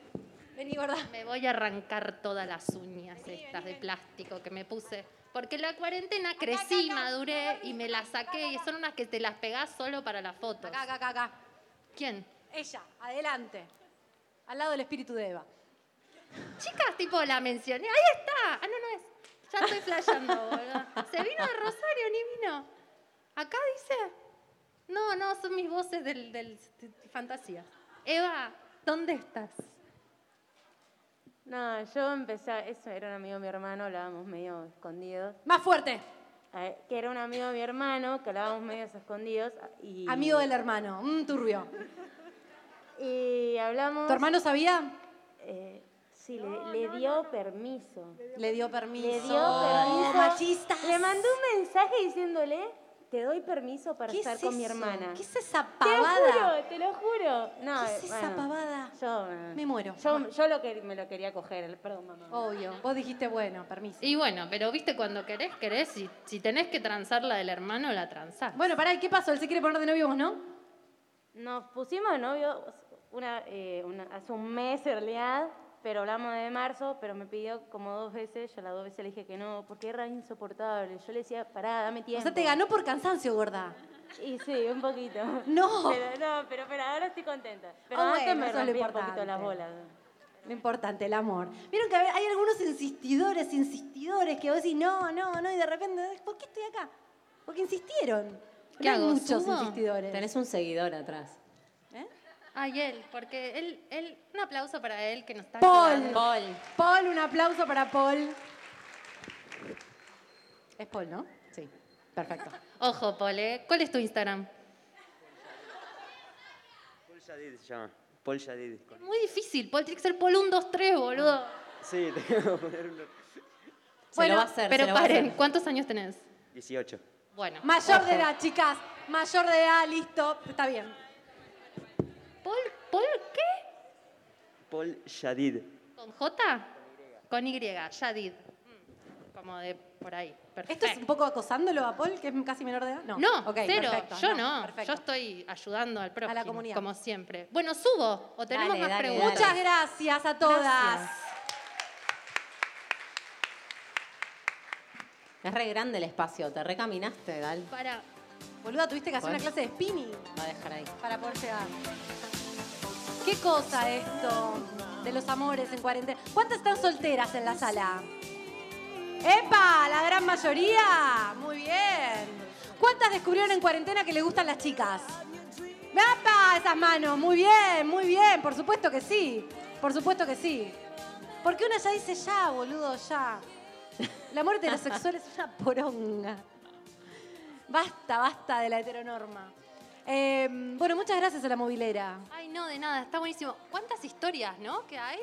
Vení, gorda.
Me voy a arrancar todas las uñas estas de plástico que me puse. Porque en la cuarentena crecí, maduré y me las saqué. y son unas que te las pegás solo para las fotos. Acá,
acá, acá, acá.
¿Quién?
Ella, adelante. Al lado del espíritu de Eva.
Chicas, tipo, la mencioné. ¡Ahí está! Ah, no, no es. Ya estoy flasheando, boludo. Se vino de Rosario, ni vino. Acá dice. No, no, son mis voces del, del- de fantasía. Eva, ¿dónde estás?
No, yo empecé, a- eso era un amigo de mi hermano, hablábamos medio escondidos.
Más fuerte.
que era un amigo de mi hermano, que hablábamos medio escondidos. Y,
Amigo del hermano, mm, turbio.
Y hablamos...
¿Tu hermano sabía?
Eh, sí, le, le dio permiso.
Le dio permiso. Oh,
Le dio permiso.
Machistas.
Le mandó un mensaje diciéndole, te doy permiso para
¿Qué
estar
es
con mi
eso?
hermana.
¿Qué es esa
Te lo
pavada?
juro, te lo juro. No,
¿Qué es esa
bueno,
pavada?
Yo, eh,
Me muero. Oh.
Yo, yo lo que, me lo quería coger, perdón, mamá.
Obvio. Vos dijiste, bueno, permiso.
Y bueno, pero viste, cuando querés, querés. Y si tenés que transar la del hermano, la transás.
Bueno, pará, ¿y qué pasó? Él se quiere poner de novio, vos no.
Nos pusimos novios una, eh, una- hace un mes en realidad, pero hablamos de marzo, pero me pidió como dos veces, yo las dos veces le dije que no, porque era insoportable. Yo le decía, pará, dame tiempo.
O sea, te ganó por cansancio, gorda.
Y sí, un poquito.
No.
Pero, no, pero, pero ahora estoy contenta. Pero
Ah,
antes
bueno,
me
eso es lo
rompí un
importante.
poquito las bolas.
Lo importante, el amor. Vieron que hay algunos insistidores, insistidores, que vos decís, no, no, no, y de repente, ¿por qué estoy acá? Porque insistieron.
¿Qué
No hay
hago,
muchos
subo?
insistidores.
Tenés un seguidor atrás.
Ay, él, porque él, él, un aplauso para él que nos está
Paul.
ayudando.
Paul, un aplauso para Paul. Es Paul, ¿no? Sí. Perfecto.
Ojo, Paul, ¿eh? ¿cuál es tu Instagram?
Paul Yadid se llama. Paul Yadid.
Muy difícil, Paul, tiene que ser Paul 1, 2, 3, boludo.
Sí, te voy a poner uno.
bueno, pero paren, ¿cuántos años tenés?
18.
Bueno.
Mayor de
ojo.
edad, chicas. Mayor de edad, listo. Está bien.
¿Paul, Paul qué?
Paul Yadid.
¿Con J? Con Y, Yadid. Mm, Como de por ahí. Perfecto.
¿Esto es un poco acosándolo a Paul, que es casi menor de edad? No.
No,
Ok,
cero.
perfecto.
Yo no.
perfecto.
Yo estoy ayudando al prójimo.
comunidad.
Como siempre. Bueno, subo. O tenemos
Dale,
más
dale,
preguntas.
Muchas gracias a todas.
Es re grande el espacio, te recaminaste, Dal.
Para.
Boluda, tuviste que hacer una
Bueno.
clase de spinning
Va a dejar ahí.
para poder llegar. ¿Qué cosa esto de los amores en cuarentena? ¿Cuántas están solteras en la sala? ¡Epa! La gran mayoría. Muy bien. ¿Cuántas descubrieron en cuarentena que les gustan las chicas? ¡Epa! Esas manos. Muy bien, muy bien. Por supuesto que sí. Por supuesto que sí. Porque una ya dice ya, boludo, ya. El amor heterosexual es una poronga. Basta, basta de la heteronorma. Eh, bueno, muchas gracias a la movilera.
Ay, no, de nada. Está buenísimo. ¿Cuántas historias, no? Que hay.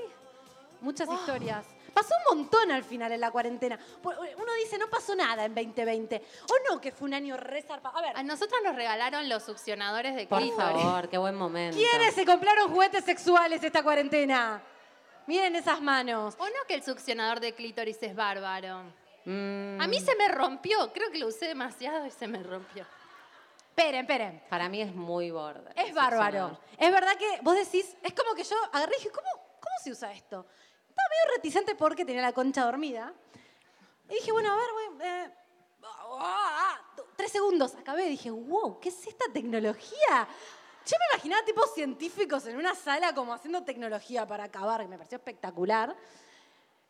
Muchas historias. Pasó un montón al final en la cuarentena. Por- eh, Uno dice, no pasó nada en 2020. ¿O no que fue un año re zarpado? A ver.
A nosotras nos regalaron los succionadores de
Por
clítoris.
favor, qué buen momento.
¿Quiénes se compraron juguetes sexuales esta cuarentena? Miren esas manos.
¿O no que el succionador de clítoris es bárbaro?
Mm,
A mí se me rompió. Creo que lo usé demasiado y se me rompió.
Esperen, esperen.
Para mí es muy borde.
Es bárbaro. Es verdad que vos decís, es como que yo agarré y dije, ¿cómo, cómo se usa esto? Estaba medio reticente porque tenía la concha dormida. Y dije, bueno, a ver, voy, eh, ah, ah, tres segundos, acabé y dije, wow, ¿qué es esta tecnología? Yo me imaginaba tipo científicos en una sala como haciendo tecnología para acabar, que me pareció espectacular.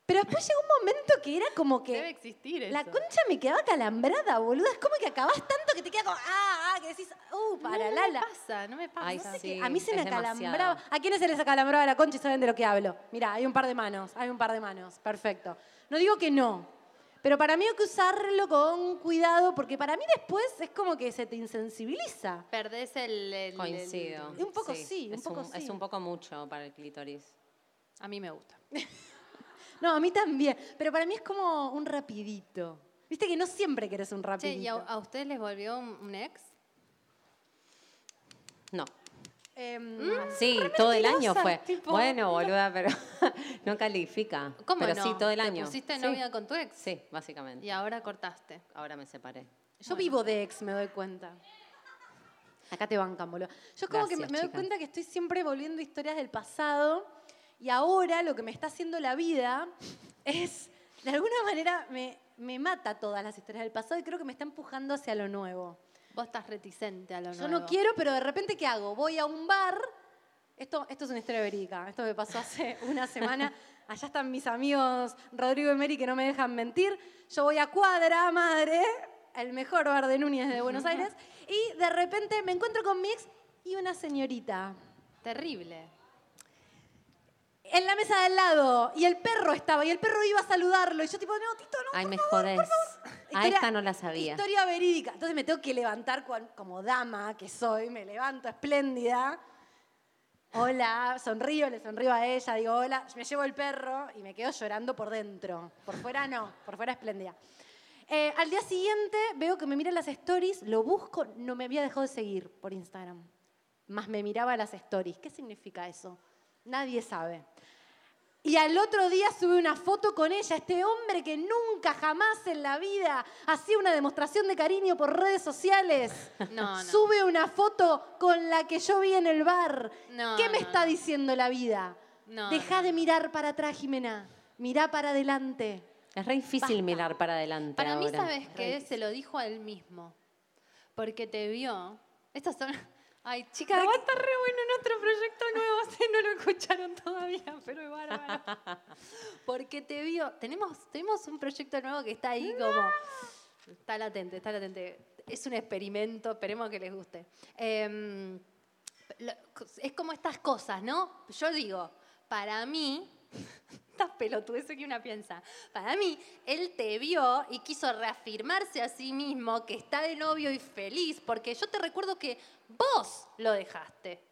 Pero después llegó un momento que era como que... Debe
existir
La concha me quedaba calambrada, boluda. Es como que acabás tanto que te queda como... Ah, ah, que decís... Uh, para
no
Lala.
me pasa, no me
No
pasa.
sé qué, A mí se me acalambraba. ¿A quiénes se les acalambraba la concha y saben de lo que hablo? Mira, hay un par de manos, hay un par de manos. Perfecto. No digo que no, pero para mí hay que usarlo con cuidado porque para mí después es como que se te insensibiliza.
Perdés el... el-
Coincido.
el-
Un poco sí, un
es
poco sí.
Es un poco mucho para el clítoris.
A mí me gusta.
No, a mí también. Pero para mí es como un rapidito. Viste que no siempre querés un
Che,
rapidito.
¿y a, a ustedes les volvió un, un ex?
No.
Em,
Sí,
re
todo el año
mentirosa,
fue.
tipo,
bueno, boluda, pero no califica.
¿Cómo
pero
no?
sí, todo el
¿Te
año.
pusiste
Sí.
novia con tu ex?
Sí, básicamente.
Y ahora cortaste.
Ahora me separé.
Yo vivo de ex, me doy cuenta. Acá te bancan, boludo. Yo como que me,
Gracias,
me doy
chicas.
cuenta que estoy siempre volviendo historias del pasado y ahora lo que me está haciendo la vida es, de alguna manera, me, me mata todas las historias del pasado y creo que me está empujando hacia lo nuevo.
Vos estás reticente a lo
Yo
nuevo.
no quiero, pero de repente, ¿qué hago? Voy a un bar. Esto, esto es una historia verídica. Esto me pasó hace una semana. Allá están mis amigos Rodrigo y Mary que no me dejan mentir. Yo voy a Cuadra Madre, el mejor bar de Núñez de Buenos Aires, y de repente me encuentro con mi ex y una señorita.
Terrible.
En la mesa de al lado, y el perro estaba, y el perro iba a saludarlo, y yo tipo, no, Tito, no.
Ay, me jodés. A
Historia-
Ah, esta no la sabía.
Historia verídica. Entonces me tengo que levantar cuan- como dama que soy, me levanto espléndida. Hola, sonrío, le sonrío a ella, digo hola, me llevo el perro y me quedo llorando por dentro. Por fuera no, por fuera espléndida. Eh, al día siguiente veo que me mira las stories, lo busco, no me había dejado de seguir por Instagram. Más me miraba las stories. ¿Qué significa eso? Nadie sabe. Y al otro día sube una foto con ella, este hombre que nunca jamás en la vida hacía una demostración de cariño por redes sociales.
No, no.
Sube una foto con la que yo vi en el bar.
No,
¿Qué me
no,
está diciendo la vida?
No,
Deja de mirar para atrás, Jimena. Mirá para adelante.
Es re difícil mirar para adelante
Para mí,
ahora.
¿sabes que Se lo dijo a él mismo. Porque te vio. Estas son... Ay, chicas, va a estar re bueno nuestro proyecto nuevo. Ustedes no lo escucharon todavía, pero es bárbaro. Porque te vio. Tenemos, tenemos un proyecto nuevo que está ahí como... Está latente, está latente. Es un experimento, esperemos que les guste. Em, lo- es como estas cosas, ¿no? Yo digo, para mí, estas pelotudeces que una piensa, para mí, él te vio y quiso reafirmarse a sí mismo que está de novio y feliz, porque yo te recuerdo que vos lo dejaste.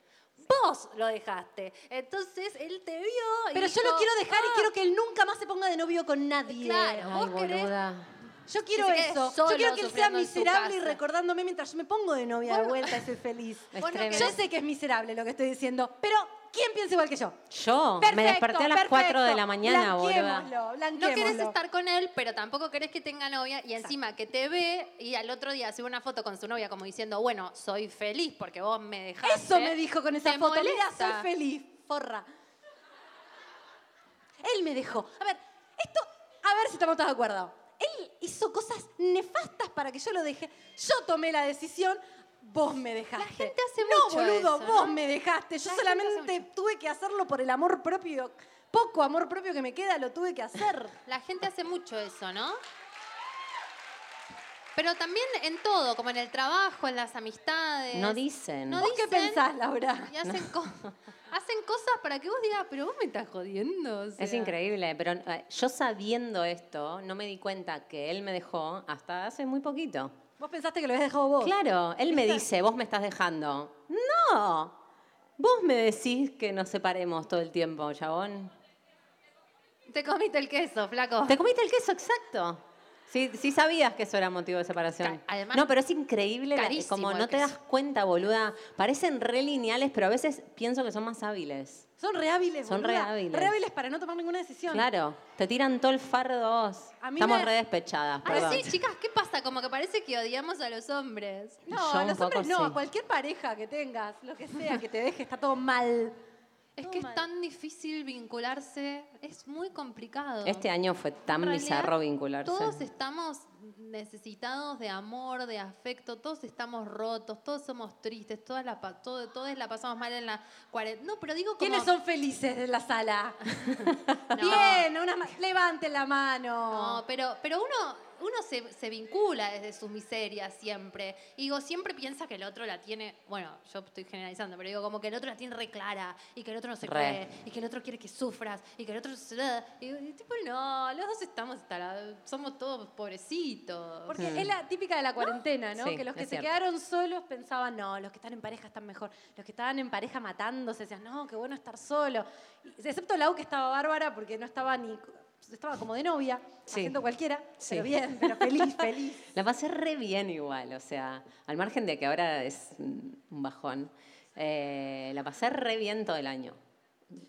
Vos lo dejaste. Entonces él te vio. y
Pero yo lo
dijo,
quiero dejar
"Ah,
y quiero que él nunca más se ponga de novio con nadie.
Claro,
Ay, boluda.
Yo quiero
Que se quede
eso. Yo
solo
quiero que él sea
sufriendo en su
miserable y
casa.
recordándome mientras yo me pongo de novia de vuelta y soy feliz.
Es Vos no tremendo.
yo sé que es miserable lo que estoy diciendo, pero ¿quién piensa igual que yo?
Yo me desperté a las 4 de la mañana, boluda.
No querés estar con él, pero tampoco querés que tenga novia y encima que te ve y al otro día sube una foto con su novia como diciendo, bueno, soy feliz porque vos me dejaste.
Eso me dijo con esa
Te
foto. Mira,
molesta.
soy feliz, forra. Él me dejó. A ver, esto, a ver si estamos todos de acuerdo. Él hizo cosas nefastas para que yo lo deje. Yo tomé la decisión, vos me dejaste. La gente
hace
no,
mucho
boludo,
eso,
vos
¿no?
me dejaste. Yo
La gente hace
solamente tuve que hacerlo por el amor propio. Poco amor propio que me queda, lo tuve que hacer.
La gente hace mucho eso, ¿no? Pero también en todo, como en el trabajo, en las amistades.
No dicen.
No
¿Vos
qué pensás, Laura?
Y hacen, co- hacen cosas para que vos digas, pero vos me estás jodiendo. o
Es
sea.
increíble, pero eh, yo sabiendo esto, no me di cuenta que él me dejó hasta hace muy poquito.
Vos pensaste que lo habías dejado vos.
Claro, él me dice, vos me estás dejando. No, vos me decís que nos separemos todo el tiempo, chabón.
Te comiste el queso, flaco.
Te comiste el queso, exacto. Sí, sí sabías que eso era motivo de separación.
además,
no, pero es increíble la-
carísimo
como
el
no te das
queso.
cuenta, boluda. Parecen re lineales, pero a veces pienso que son más hábiles.
Son re hábiles,
Son re
boluda.
hábiles.
Re hábiles para no tomar ninguna decisión.
Claro, te tiran todo el fardo a vos.
A mí
Estamos
me-
re despechadas,
Ay,
perdón.
sí, chicas, ¿qué pasa? Como que parece que odiamos a los hombres.
No,
Yo
a
un
los hombres
poco
no,
sí.
a cualquier pareja que tengas, lo que sea que te deje, está todo mal.
Es que es tan difícil vincularse, es muy complicado.
Este año fue tan
En realidad,
bizarro vincularse.
Todos estamos necesitados de amor, de afecto, todos estamos rotos, todos somos tristes, todas la, pa- todo- todos la pasamos mal en la cuarentena. No, pero digo como...
¿Quiénes son felices de la sala? Bien, una ma- levanten la mano.
No, pero, pero uno, uno se, se vincula desde sus miserias siempre. Y digo, siempre piensa que el otro la tiene, bueno, yo estoy generalizando, pero digo, como que el otro la tiene re clara, y que el otro no se
Re.
cree, y que el otro quiere que sufras, y que el otro... se- Y, y tipo, no, los dos estamos, hasta la- somos todos pobrecitos.
Porque
Mm.
es la típica de la cuarentena, ¿no?
Sí,
que los que
es
se
cierto.
quedaron solos pensaban, no, los que están en pareja están mejor. Los que estaban en pareja matándose decían, no, qué bueno estar solo. Y- Excepto Lau, que estaba bárbara porque no estaba ni. Estaba como de novia,
Sí.
haciendo cualquiera,
Sí.
pero bien, pero feliz, feliz.
La pasé re bien igual, o sea, al margen de que ahora es mm, un bajón, eh, la pasé re bien todo el año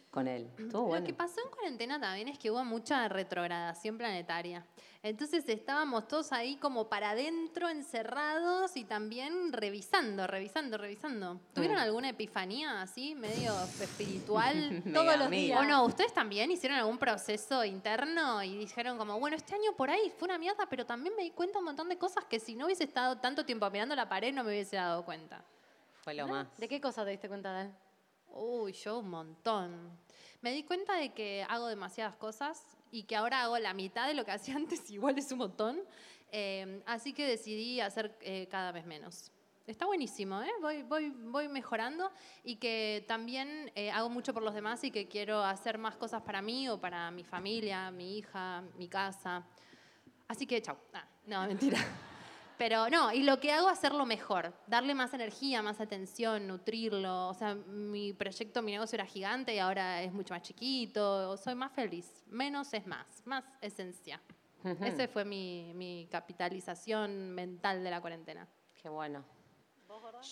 con él. Estuvo
Lo
bueno.
que pasó en cuarentena también es que hubo mucha retrogradación planetaria. Entonces estábamos todos ahí como para adentro, encerrados y también revisando, revisando, revisando. ¿Tuvieron
Mm.
alguna epifanía así, medio espiritual?
Mega Todos los amiga. días.
¿O no? ¿Ustedes también hicieron algún proceso interno y dijeron como, bueno, este año por ahí fue una mierda, pero también me di cuenta un montón de cosas que si no hubiese estado tanto tiempo mirando la pared no me hubiese dado cuenta?
Fue lo más.
¿De qué cosa te diste cuenta, Dan?
Uy, yo un montón. Me di cuenta de que hago demasiadas cosas y que ahora hago la mitad de lo que hacía antes, igual es un montón. Eh, así que decidí hacer eh, cada vez menos. Está buenísimo, ¿eh? voy, voy, voy mejorando y que también eh, hago mucho por los demás y que quiero hacer más cosas para mí o para mi familia, mi hija, mi casa. Así que chau. Ah, no, mentira. Pero no, y lo que hago es hacerlo mejor, darle más energía, más atención, nutrirlo. O sea, mi proyecto, mi negocio era gigante y ahora es mucho más chiquito. Soy más feliz. Menos es más, más esencia.
Ujú.
Esa fue mi, mi capitalización mental de la cuarentena.
Qué bueno.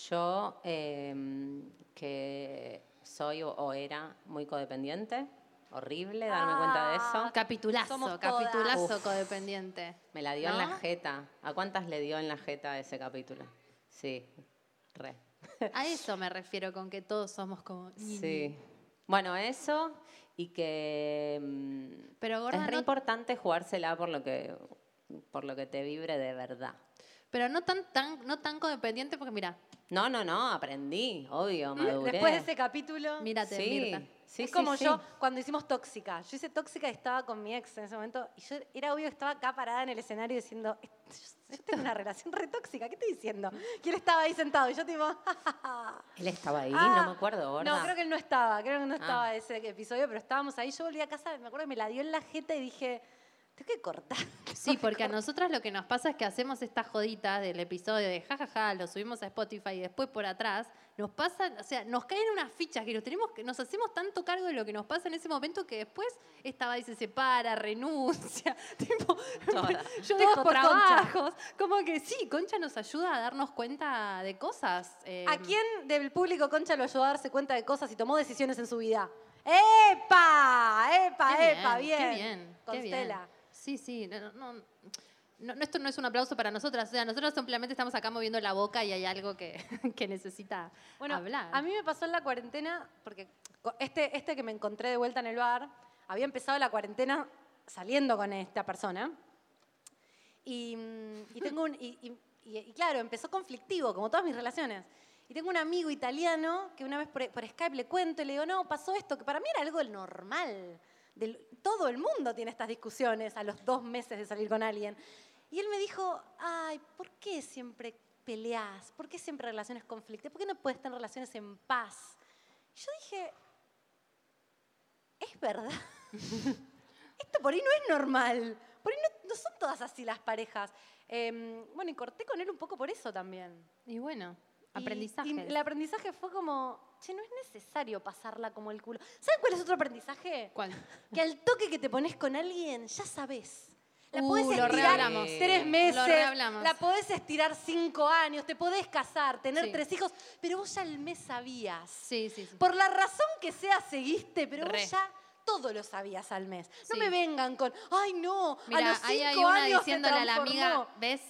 Yo, eh, que soy o- o era muy codependiente, horrible darme cuenta de
Ah.
eso.
Capitulazo,
Somos
capitulazo
todas. Uf.
codependiente.
Me la dio en
¿No?
la jeta. ¿A cuántas le dio en la jeta ese capítulo? Sí, re.
A eso me refiero con que todos somos como...
Sí. Bueno, eso y que mm,
Pero, gorda,
es re
no-
importante jugársela por lo que por lo que te vibre de verdad.
Pero no tan, tan, no tan codependiente porque mira,
No, no, no, aprendí, obvio, maduré.
Después de ese capítulo.
Mírate,
Sí, Mirta. sí,
es
sí,
como
sí.
yo cuando hicimos Tóxica. Yo hice Tóxica y estaba con mi ex en ese momento. Y yo era obvio que estaba acá parada en el escenario diciendo. Yo, yo tengo una relación re tóxica, ¿qué estoy diciendo? Y él estaba ahí sentado. Y yo, tipo. "Ah, "Ja, ja, ja".
Él estaba ahí,
Ah,
no me acuerdo, gorda.
No, creo que él no estaba, creo que no
Ah.
estaba ese episodio, pero estábamos ahí. Yo volví a casa, me acuerdo que me la dio en la jeta y dije, tengo que cortar.
Sí, porque a nosotras lo que nos pasa es que hacemos esta jodita del episodio de jajaja, lo subimos a Spotify y después por atrás nos pasan, o sea, nos caen unas fichas que nos tenemos que, nos hacemos tanto cargo de lo que nos pasa en ese momento que después esta va y se separa, renuncia, tipo, yo
Dejo
dejo por
Concha.
trabajos. Como que sí, Concha nos ayuda a darnos cuenta de cosas. eh,
Em.
¿A quién del público Concha lo ayudó a darse cuenta de cosas y tomó decisiones en su vida? ¡Epa! ¡Epa,
Qué
epa! Bien.
Qué bien. qué bien.
Constela.
Sí, sí. No, no, no, no, no, esto no es un aplauso para nosotras. O sea, nosotros simplemente estamos acá moviendo la boca y hay algo que, que necesita
Bueno,
hablar.
a mí me pasó en la cuarentena, porque co- este, este que me encontré de vuelta en el bar, había empezado la cuarentena saliendo con esta persona. Y, mm, y tengo un. Y, y- y- y claro, empezó conflictivo, como todas mis relaciones. Y tengo un amigo italiano que una vez por, por Skype le cuento y le digo, no, pasó esto, que para mí era algo normal. Del- todo el mundo tiene estas discusiones a los dos meses de salir con alguien. Y él me dijo, ay, ¿por qué siempre peleas? ¿Por qué siempre relaciones conflictivas? ¿Por qué no puedes tener relaciones en paz? Y yo dije, es verdad. Esto por ahí no es normal. Por ahí no, no son todas así las parejas. Em, bueno, y corté con él un poco por eso también.
Y bueno,
Y-
aprendizaje.
Y el aprendizaje fue como, che, no es necesario pasarla como el culo. ¿Saben cuál es otro aprendizaje?
¿Cuál?
Que al toque que te pones con alguien, ya sabes. La podés
Uh, lo
estirar
rehablamos.
tres
Sí.
meses,
Lo rehablamos.
la podés estirar cinco años, te podés casar, tener
Sí.
tres hijos, pero vos ya al mes sabías.
Sí, sí, sí.
Por la razón que sea, seguiste, pero
Re.
vos ya todo lo sabías al mes. No
Sí.
me vengan con, ay no, a
Mira,
los cinco
ahí hay una
años se
diciéndole a la amiga,
transformó".
¿ves?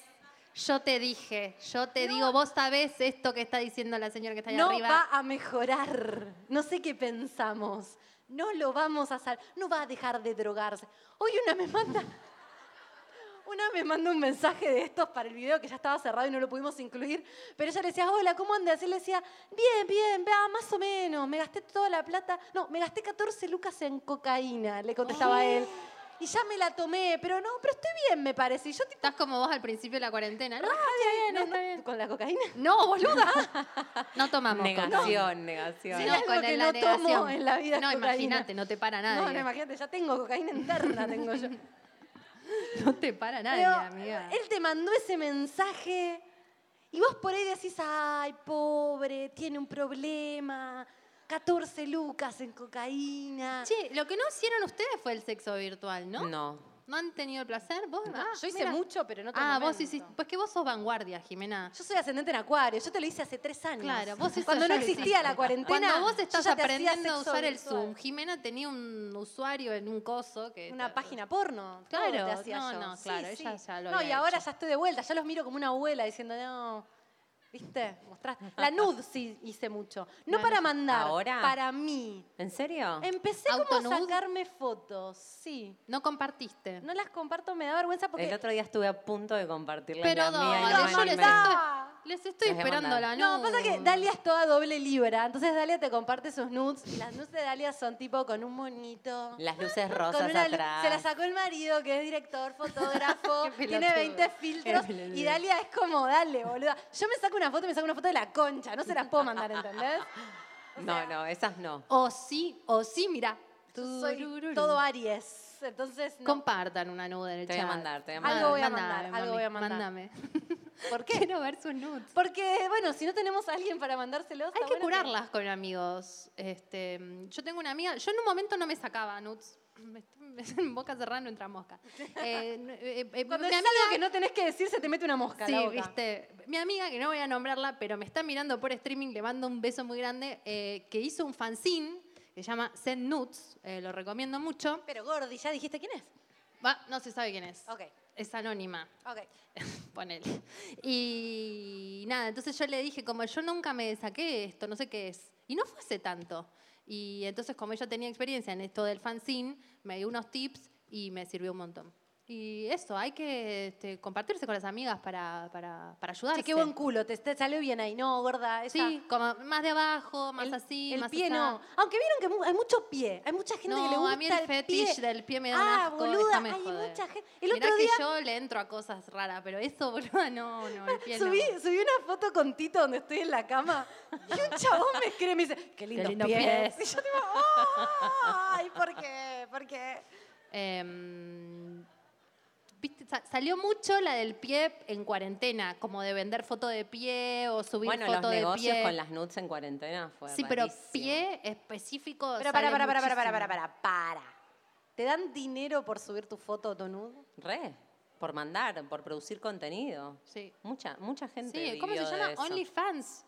Yo te dije, yo te digo, vos sabés esto que está diciendo la señora que está ahí
no
arriba.
va a mejorar. No sé qué pensamos. No lo vamos a salvar. No va a dejar de drogarse. Hoy una me manda. Una me manda un mensaje de estos para el video que ya estaba cerrado y no lo pudimos incluir. Pero ella le decía, hola, ¿cómo andas? Y él le decía, bien, bien, va, más o menos. Me gasté toda la plata. No, me gasté 14 lucas en cocaína, le
Oh.
contestaba él. Y ya me la tomé, pero no, pero estoy bien, me parece. Y yo tipo,
Estás como vos al principio de la cuarentena. No,
"Ah, bien,
no,
no, no". ¿Con la cocaína?
No, boluda. No tomamos.
Negación, negación.
Sí, algo que no tomo en la vida es
No,
cocaína.
imagínate, no te para nadie.
No, no, imagínate, ya tengo cocaína interna, tengo yo.
No te para nadie,
Pero
amiga.
Él te mandó ese mensaje y vos por ahí decís, ay, pobre, tiene un problema, 14 lucas en cocaína.
Che, lo que no hicieron ustedes fue el sexo virtual, ¿no?
No.
¿No han tenido el placer? ¿Vos?
No,
Ah,
yo hice
mira.
mucho, pero no otro
Ah, vos
momento.
hiciste. Pues que vos sos vanguardia, Jimena.
Yo soy ascendente en acuario, yo te lo hice hace tres años.
Claro, vos eso
Cuando
ya
no
lo
existía
hiciste.
la cuarentena.
Cuando vos
yo
estás
ya te hacía
aprendiendo a
sexo
usar el
virtual.
Zoom, Jimena tenía un usuario en un coso que.
Una página porno. todo
Claro,
te hacía
no,
yo.
no,
Sí,
claro,
sí.
ella ya lo
No,
había
y ahora
hecho.
ya estoy de vuelta, ya los miro como una abuela diciendo, no, ¿viste? Mostrás. La nude sí hice mucho. No para mandar,
¿Ahora?
para mí.
¿En serio?
Empecé como a
¿Autonude?
sacarme fotos, sí.
No compartiste.
No las comparto, me da vergüenza porque...
El otro día estuve a punto de compartirla
Pero
en la mía. y
dale,
no me
yo les
animé.
Les estoy
Les voy a
esperando la
mandar.
No,
nude.
pasa que Dalia es toda doble libra, entonces Dalia te comparte sus nudes y las nudes de Dalia son tipo con un monito.
Las luces
con
rosas
una lu-
atrás.
Se la sacó el marido, que es director, fotógrafo,
Qué
tiene
pelotudo.
20 filtros.
Qué pelotudo.
Y Dalia es como, dale, boluda. Yo me saco una foto y me saco una foto de la concha. No se las puedo mandar, ¿entendés?
No, no, esas no.
O sí, o sí, mira.
Yo soy todo Aries. Entonces, no.
Compartan una nude en el
Te voy a
chat.
mandar, te voy a mandar.
Algo voy a
Mándame,
mandar, algo
mami,
voy a mandar.
Mándame.
¿Por qué?
Quiero ver sus nudes.
Porque, bueno, si no tenemos a alguien para mandárselos,
Hay
está
que
bueno
curarlas con amigos. Este, yo tengo una amiga, yo en un momento no me sacaba nudes. Me- En boca cerrada no entra mosca. Eh, no, eh, eh,
Cuando
mi
es
amiga-
algo que no tenés que decir, se te mete una mosca. a la
Sí,
boca.
viste. Mi amiga, que no voy a nombrarla, pero me está mirando por streaming, le mando un beso muy grande, eh, que hizo un fanzine que se llama Send Nudes, eh, lo recomiendo mucho.
Pero Gordi, ¿ya dijiste quién es?
Va, no se sabe quién es.
Ok,
Es anónima.
ok.
ponele. Y nada, entonces yo le dije, como yo nunca me saqué esto, no sé qué es. Y no fue hace tanto. Y entonces, como ella tenía experiencia en esto del fanzine, me dio unos tips y me sirvió un montón. Y eso, hay que este, compartirse con las amigas para, para, para ayudarse.
Che, qué buen culo, te, te salió bien ahí, ¿no, gorda? Esa.
Sí, como más de abajo, más así,
El
más
pie
asá.
no. Aunque vieron que mu- hay mucho pie. Hay mucha gente que le
No,
gusta
a mí el, fetish
pie.
del pie me da un
Ah,
asco,
boluda,
déjame
hay
joder.
mucha gente. El
Mirá
otro
que
día
yo le entro a cosas raras, pero eso, boluda, no, no, el pie no.
subí, subí una foto con Tito donde estoy en la cama y un chabón me escribe y me dice, qué lindos
lindo
pies.
pies.
Y yo digo, ay, ¿por qué? ¿Por qué?
Em, viste, sa- salió mucho la del pie en cuarentena, como de vender foto de pie o subir
Bueno, los
foto de
negocios
pie.
con las nudes en cuarentena fue
sí, pero
rarísimo.
pie específico.
Pero para,
sale
para, para, para,
muchísimo.
para, para, para, para. ¿Te dan dinero por subir tu foto, Tonud?
Re, por mandar, por producir contenido.
Sí.
Mucha, mucha gente
Sí, ¿cómo se
vivió de
llama?
eso.
OnlyFans.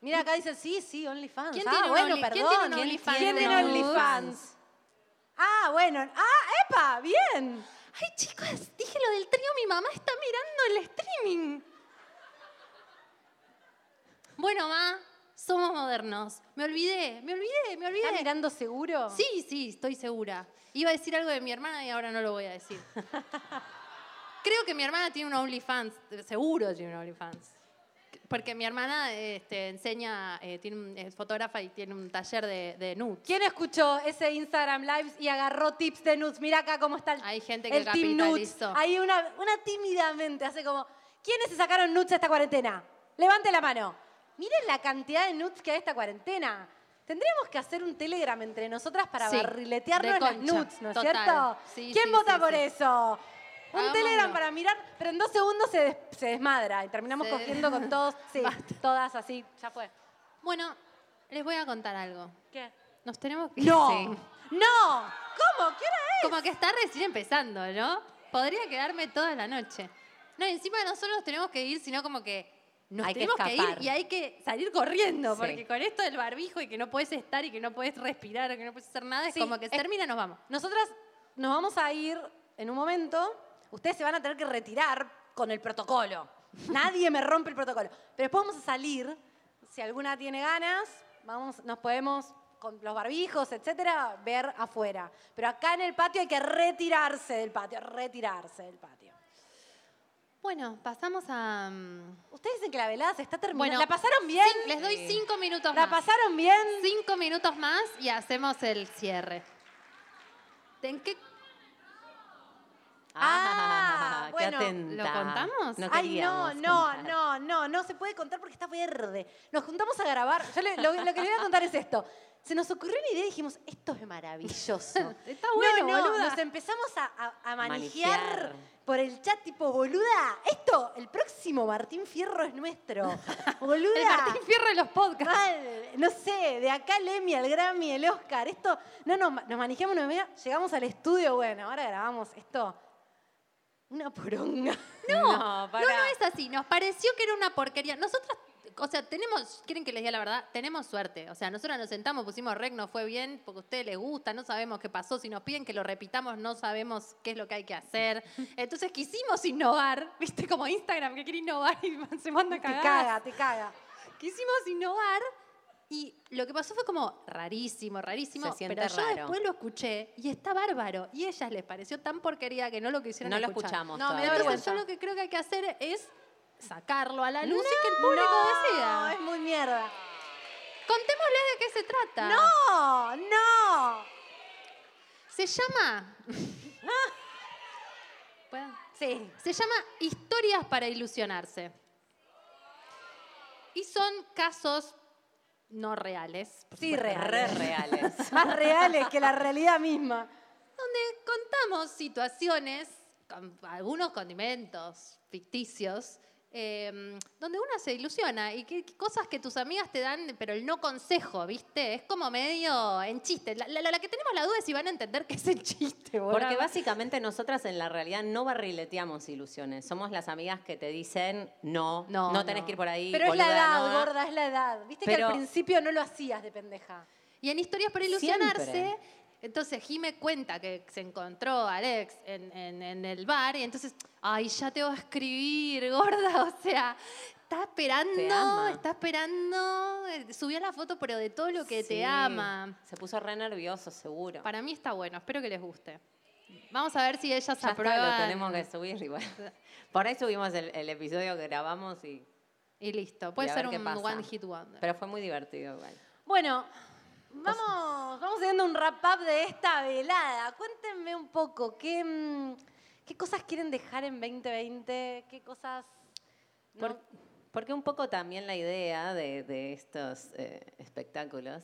Mira, acá dicen, sí, sí, OnlyFans.
¿Quién
ah,
tiene un
bueno,
Only- quién
perdón.
tiene un OnlyFans?
¿Quién tiene
Nudes?
OnlyFans? Ah, bueno. Ah, epa, bien.
Ay, chicos, dije lo del trío, mi mamá está mirando el streaming. Bueno, ma, somos modernos. Me olvidé, me olvidé, me olvidé.
¿Está mirando seguro?
Sí, sí, estoy segura. Iba a decir algo de mi hermana y ahora no lo voy a decir. Creo que mi hermana tiene un OnlyFans, seguro tiene un OnlyFans. Porque mi hermana este, enseña, eh, tiene un- es fotógrafa y tiene un taller de, de nudes.
¿Quién escuchó ese Instagram Lives y agarró tips de nudes? Mira acá cómo está el,
Hay gente que
el team nudes.
capitalizó.
Ahí una, una tímidamente hace como, ¿quiénes se sacaron nudes a esta cuarentena? Levante la mano. Miren la cantidad de nudes que hay esta cuarentena. Tendríamos que hacer un Telegram entre nosotras para
Sí,
barriletearnos
de
las
concha,
nudes, ¿no es
total.
cierto?
Sí,
¿Quién
sí,
vota
sí,
por
sí.
eso? Un
Hagámoslo.
Telegram para mirar, pero en dos segundos se, des- se desmadra y terminamos
Se-
cogiendo con todos, sí, todas así, ya fue.
Bueno, les voy a contar algo.
¿Qué?
Nos tenemos que...
¡No!
Sí.
¡No! ¿Cómo? ¿Qué hora es?
Como que está recién empezando, ¿no? podría quedarme toda la noche. No, y encima no solo nos tenemos que ir, sino como que nos
Hay que
tenemos que, ir
escapar.
y hay que salir corriendo,
Sí.
porque con esto del barbijo y que no puedes estar y que no puedes respirar, que no puedes hacer nada, es como que se termina, nos vamos.
Nosotras nos vamos a ir en un momento. Ustedes se van a tener que retirar con el protocolo. Nadie me rompe el protocolo. Pero después vamos a salir. Si alguna tiene ganas, vamos, nos podemos con los barbijos, etcétera, ver afuera. Pero acá en el patio hay que retirarse del patio, retirarse del patio.
Bueno, pasamos a. mm,
Ustedes dicen que la velada se está terminando.
Bueno,
¿La pasaron bien?
sí, les doy cinco minutos
¿La
más.
pasaron bien?
Cinco minutos más y hacemos el cierre. ¿En qué?
Ah, qué
bueno,
atenta.
¿lo
contamos?
No
Ay, no,
queríamos
no,
contar.
no, no, no se puede contar porque está verde. Nos juntamos a grabar. Yo le- lo, lo que le voy a contar es esto. Se nos ocurrió una idea y dijimos, esto es maravilloso.
Está bueno,
no, no,
boluda.
Nos empezamos a, a, a
Manijear.
manijear por el chat, tipo, boluda, esto, el próximo Martín Fierro es nuestro. Boluda.
El Martín Fierro de los podcasts.
no sé, de acá el Emmy, el Grammy, el Oscar, esto. No, no, nos manejamos, nos manejamos, llegamos al estudio, bueno, ahora grabamos esto. Una poronga.
No, no, no es así. Nos pareció que era una porquería. Nosotras, o sea, tenemos, quieren que les diga la verdad, tenemos suerte. O sea, nosotras nos sentamos, pusimos rec, nos fue bien, porque a ustedes les gusta, no sabemos qué pasó. Si nos piden que lo repitamos, no sabemos qué es lo que hay que hacer. Entonces quisimos innovar, viste, como Instagram que quiere innovar y se manda a
Te caga,
cagar.
te caga.
Quisimos innovar y lo que pasó fue como rarísimo, rarísimo.
Se siente
pero yo
raro.
después lo escuché y está bárbaro. Y a ellas les pareció tan porquería que no lo quisieron
No lo
escuchar.
escuchamos
No, me
todavía.
da vergüenza.
Vergüenza.
Yo lo que creo que hay que hacer es sacarlo a la luz
No,
y que el público
no,
decida.
es muy mierda.
Contémosles de qué se trata.
No, no.
Se llama. ¿Puedo?
Sí.
Se llama Historias para ilusionarse. Y son casos no reales. por
Sí,
supuesto,
reales.
Re reales.
Más reales que la realidad misma.
donde contamos situaciones, con algunos condimentos ficticios, eh, donde una se ilusiona y que, que cosas que tus amigas te dan, pero el no consejo, ¿viste? Es como medio en chiste. La, la- la que tenemos la duda es si van a entender que es en chiste, boludo.
Porque básicamente nosotras en la realidad no barrileteamos ilusiones. Somos las amigas que te dicen no, no, tenés
no.
que ir por ahí.
Pero es la
boluda,
edad,
no va".
gorda, es la edad. Viste que
Pero-
al principio no lo hacías de pendeja.
Y en historias para ilusionarse,
Siempre.
entonces Jime cuenta que se encontró a Alex en, en- en el bar y entonces, ay, ya te va a escribir, gorda, o sea, está
Te
esperando,
ama.
está esperando, eh, subió la foto, pero de todo lo que
Sí.
te ama.
Se puso re nervioso, seguro.
Para mí está bueno, espero que les guste. Vamos a ver si ellas
Ya está,
aprueban.
lo tenemos que subir igual. Por ahí subimos el, el episodio que grabamos y.
Y listo, puede
y a
ser
ver qué
un
pasa.
one hit wonder.
Pero fue muy divertido igual.
Bueno, vamos, vamos haciendo un wrap up de esta velada. Cuéntenme un poco, ¿qué, mm, qué cosas quieren dejar en 2020? ¿Qué cosas
Por- porque un poco también la idea de, de estos eh, espectáculos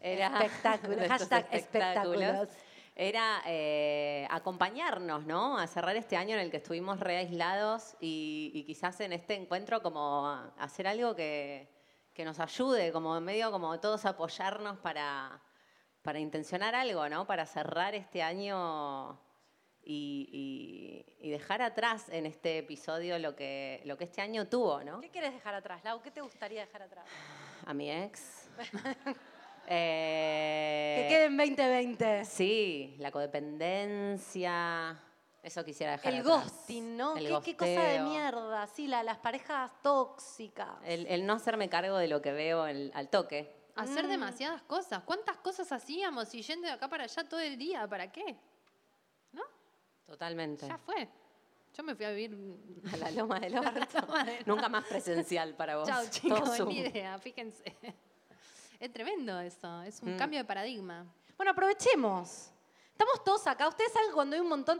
era.
Espectáculos,
de estos
hashtag espectáculos.
Era eh, acompañarnos, ¿no? A cerrar este año en el que estuvimos re aislados y, y quizás en este encuentro como a- hacer algo que, que nos ayude, como medio como todos apoyarnos para, para intencionar algo, ¿no? Para cerrar este año y, y- y dejar atrás en este episodio lo que, lo que este año tuvo, ¿no?
¿Qué quieres dejar atrás, Lau? ¿Qué te gustaría dejar atrás?
A mi ex. Eh,
que quede en 2020.
Sí, la codependencia. Eso quisiera dejar
El
atrás.
ghosting, ¿no?
El
¿Qué, qué cosa de
gosteo.
mierda? Sí, la- las parejas tóxicas.
El, el no hacerme cargo de lo que veo en- al toque.
mm?
Hacer demasiadas cosas. ¿Cuántas cosas hacíamos y yendo de acá para allá todo el día? ¿Para qué?
Totalmente.
Ya fue. Yo me fui a vivir
A la loma del orto. Nunca más presencial para vos.
Chao,
Todo
chicos,
Zoom.
ni idea, fíjense. Es tremendo eso, es un
Mm.
cambio de paradigma.
Bueno, aprovechemos. Estamos todos acá. Ustedes saben cuando hay un montón.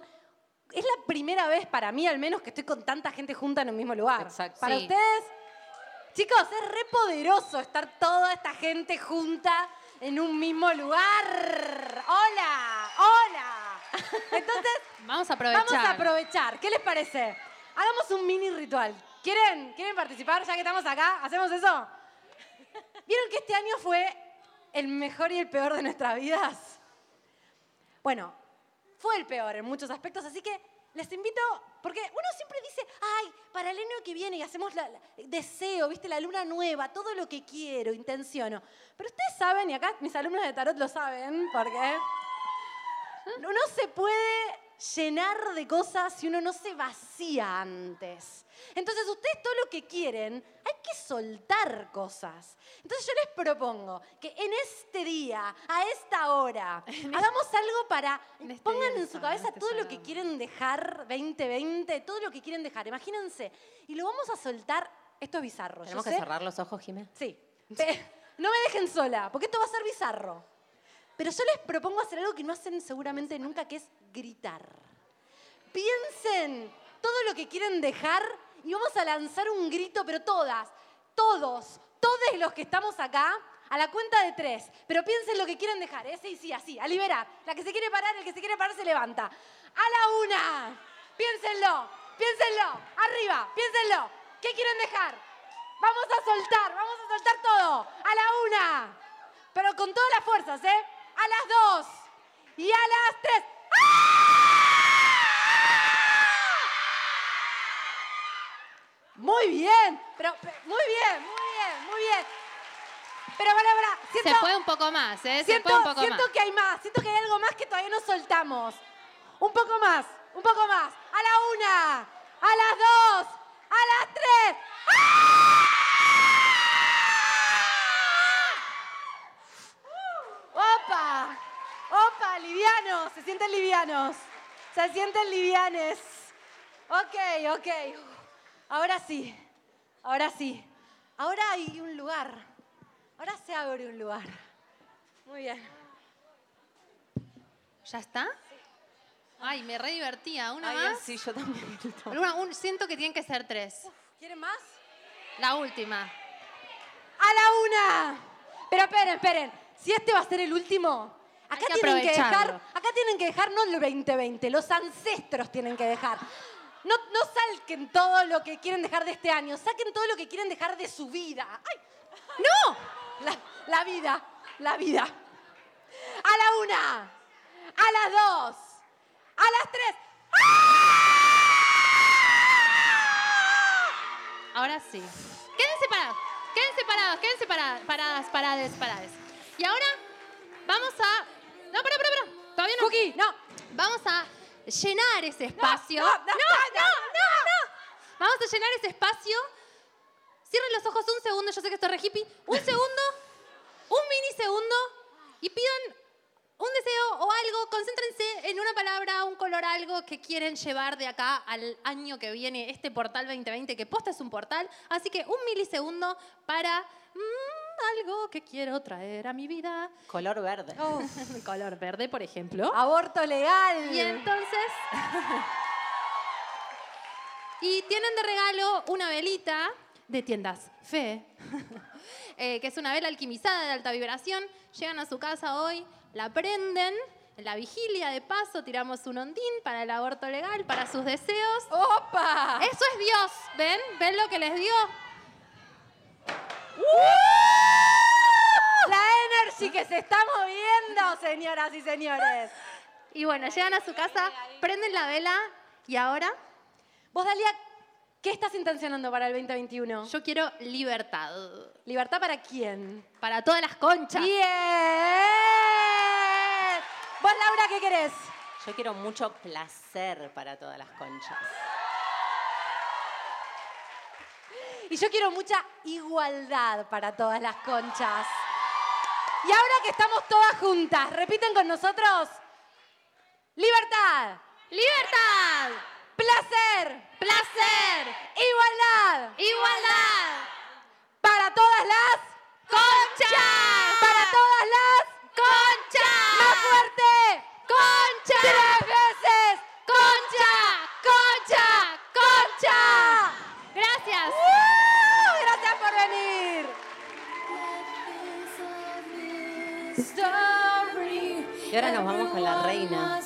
Es la primera vez para mí, al menos, que estoy con tanta gente junta en un mismo lugar.
Exacto.
Para
Sí.
ustedes, chicos, es re poderoso estar toda esta gente junta en un mismo lugar. ¡Hola! ¡Hola! Entonces,
vamos a aprovechar.
Vamos a aprovechar. ¿Qué les parece? Hagamos un mini ritual. ¿Quieren? ¿Quieren participar ya que estamos acá? ¿Hacemos eso? ¿Vieron que este año fue el mejor y el peor de nuestras vidas? Bueno, fue el peor en muchos aspectos, así que les invito, porque uno siempre dice, ay, para el año que viene y hacemos la, la- deseo, viste, la luna nueva, todo lo que quiero, intenciono. Pero ustedes saben, y acá mis alumnos de tarot lo saben, porque uno se puede llenar de cosas si uno no se vacía antes. Entonces ustedes todo lo que quieren, hay que soltar cosas. Entonces yo les propongo que en este día, a esta hora,
este
hagamos algo para, pongan en su cabeza todo lo que quieren dejar 2020, todo lo que quieren dejar, imagínense, y lo vamos a soltar, esto es bizarro. yo
Tenemos que
sé.
cerrar los ojos, Jimé.
Sí. Pe- no me dejen sola, porque esto va a ser bizarro. Pero yo les propongo hacer algo que no hacen seguramente nunca, que es gritar. Piensen todo lo que quieren dejar y vamos a lanzar un grito, pero todas, todos, todos los que estamos acá, a la cuenta de tres. Pero piensen lo que quieren dejar, ¿eh? Sí, sí, así, a liberar. La que se quiere parar, el que se quiere parar se levanta. A la una. Piénsenlo, piénsenlo. Arriba, piénsenlo. ¿Qué quieren dejar? Vamos a soltar, vamos a soltar todo. A la una. Pero con todas las fuerzas, ¿eh? A las dos. Y a las tres. Muy bien, pero pero- muy bien, muy bien, muy bien. Pero para, para, siento,
Se fue un poco más, ¿eh? Se
siento,
fue un poco
siento
más.
que hay más, siento que hay algo más que todavía no soltamos. Un poco más, un poco más. A la una, a las dos, a las tres. ¡Ah! ¡Opa! ¡Opa! ¡Livianos! Se sienten livianos. Se sienten livianes. Ok, ok. Ahora sí. Ahora sí. Ahora hay un lugar. Ahora se abre un lugar. Muy bien.
¿Ya está? Ay, me re divertía. ¿Una
Ay,
más?
Sí, yo también.
Una- un- siento que tienen que ser tres.
¿Quieren más?
La última.
¡A la una! Pero esperen, esperen. Si este va a ser el último, acá,
que
tienen, que dejar,
aprovecharlo.
acá tienen que dejar no el 2020, los ancestros tienen que dejar. No, no salquen todo lo que quieren dejar de este año, saquen todo lo que quieren dejar de su vida. ¡Ay! ¡No! La, la vida, la vida. A la una, a las dos, a las tres.
Ahora sí. Quédense parados, quédense parados, quédense paradas, paradas, paradas, paradas. Y ahora vamos a. No, pará, pará, pará. Todavía no. Cookie,
no.
Vamos a llenar ese espacio.
no, no, no,
no, no. Vamos a llenar ese espacio. Cierren los ojos un segundo, yo sé que esto es re hippie. Un segundo, un minisegundo y pidan un deseo o algo. Concéntrense en una palabra, un color, algo que quieren llevar de acá al año que viene, este portal 2020, que posta es un portal. Así que un milisegundo para mm, algo que quiero traer a mi vida.
Color verde.
Oh, color verde, por ejemplo.
Aborto legal.
Y entonces. y tienen de regalo una velita de tiendas Fe, eh, que es una vela alquimizada de alta vibración. Llegan a su casa hoy, la prenden. En la vigilia, de paso, tiramos un ondín para el aborto legal, para sus deseos.
¡Opa!
Eso es Dios, ¿ven? ¿Ven lo que les dio?
La energy que se está moviendo, señoras y señores.
Y bueno, llegan a su casa, prenden la vela y ahora.
Vos, Dalia, ¿qué estás intencionando para el 2021?
Yo quiero libertad.
¿Libertad para quién?
Para todas las conchas.
¡Bien! Vos, Laura, ¿qué querés?
Yo quiero mucho placer para todas las conchas.
Y yo quiero mucha igualdad para todas las conchas. Y ahora que estamos todas juntas, repiten con nosotros. Libertad.
Libertad.
Placer.
Placer.
Igualdad.
Igualdad.
Para todas las
conchas.
Para todas las
conchas.
Más fuerte.
Concha.
Tres veces.
Concha. Concha. Concha. Gracias.
Uh, Gracias por venir.
Y ahora nos vamos con la reina.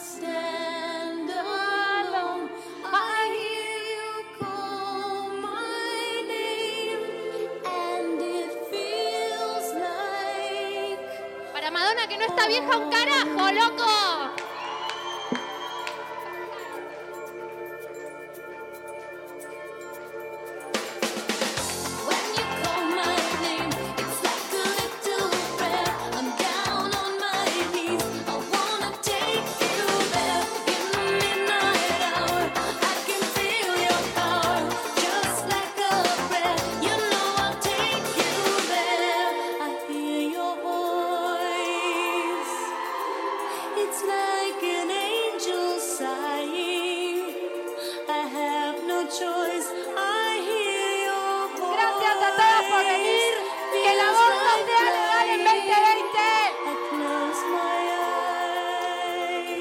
Para Madonna, que no está vieja un carajo, loco.
no choice. I hear your voice.
Gracias a todos por venir. Que el aborto sea legal en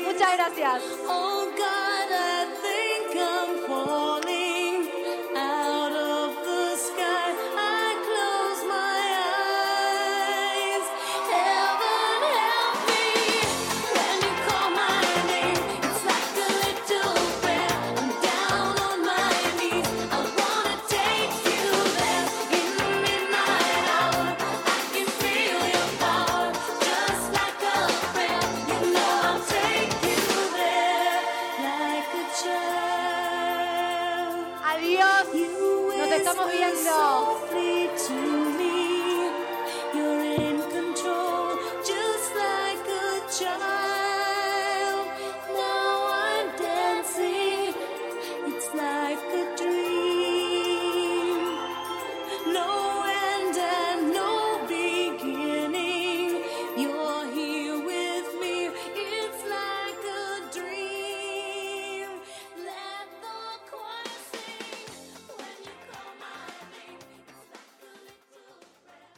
2020.
Muchas gracias.
Oh God, I think I'm falling out of the sky. I close my eyes. Heaven help me when you call my name. It's like a little prayer. I'm down on my knees. I wanna take you there in the midnight hour. I can feel your power, just like a prayer. You know I'll take you there.
Adiós. Nos estamos viendo.
No end and no beginning. You're here with me. It's like a dream. Let the choir sing when you call my name. It's like a little prayer.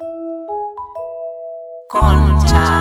I'm down on my knees.
Concha.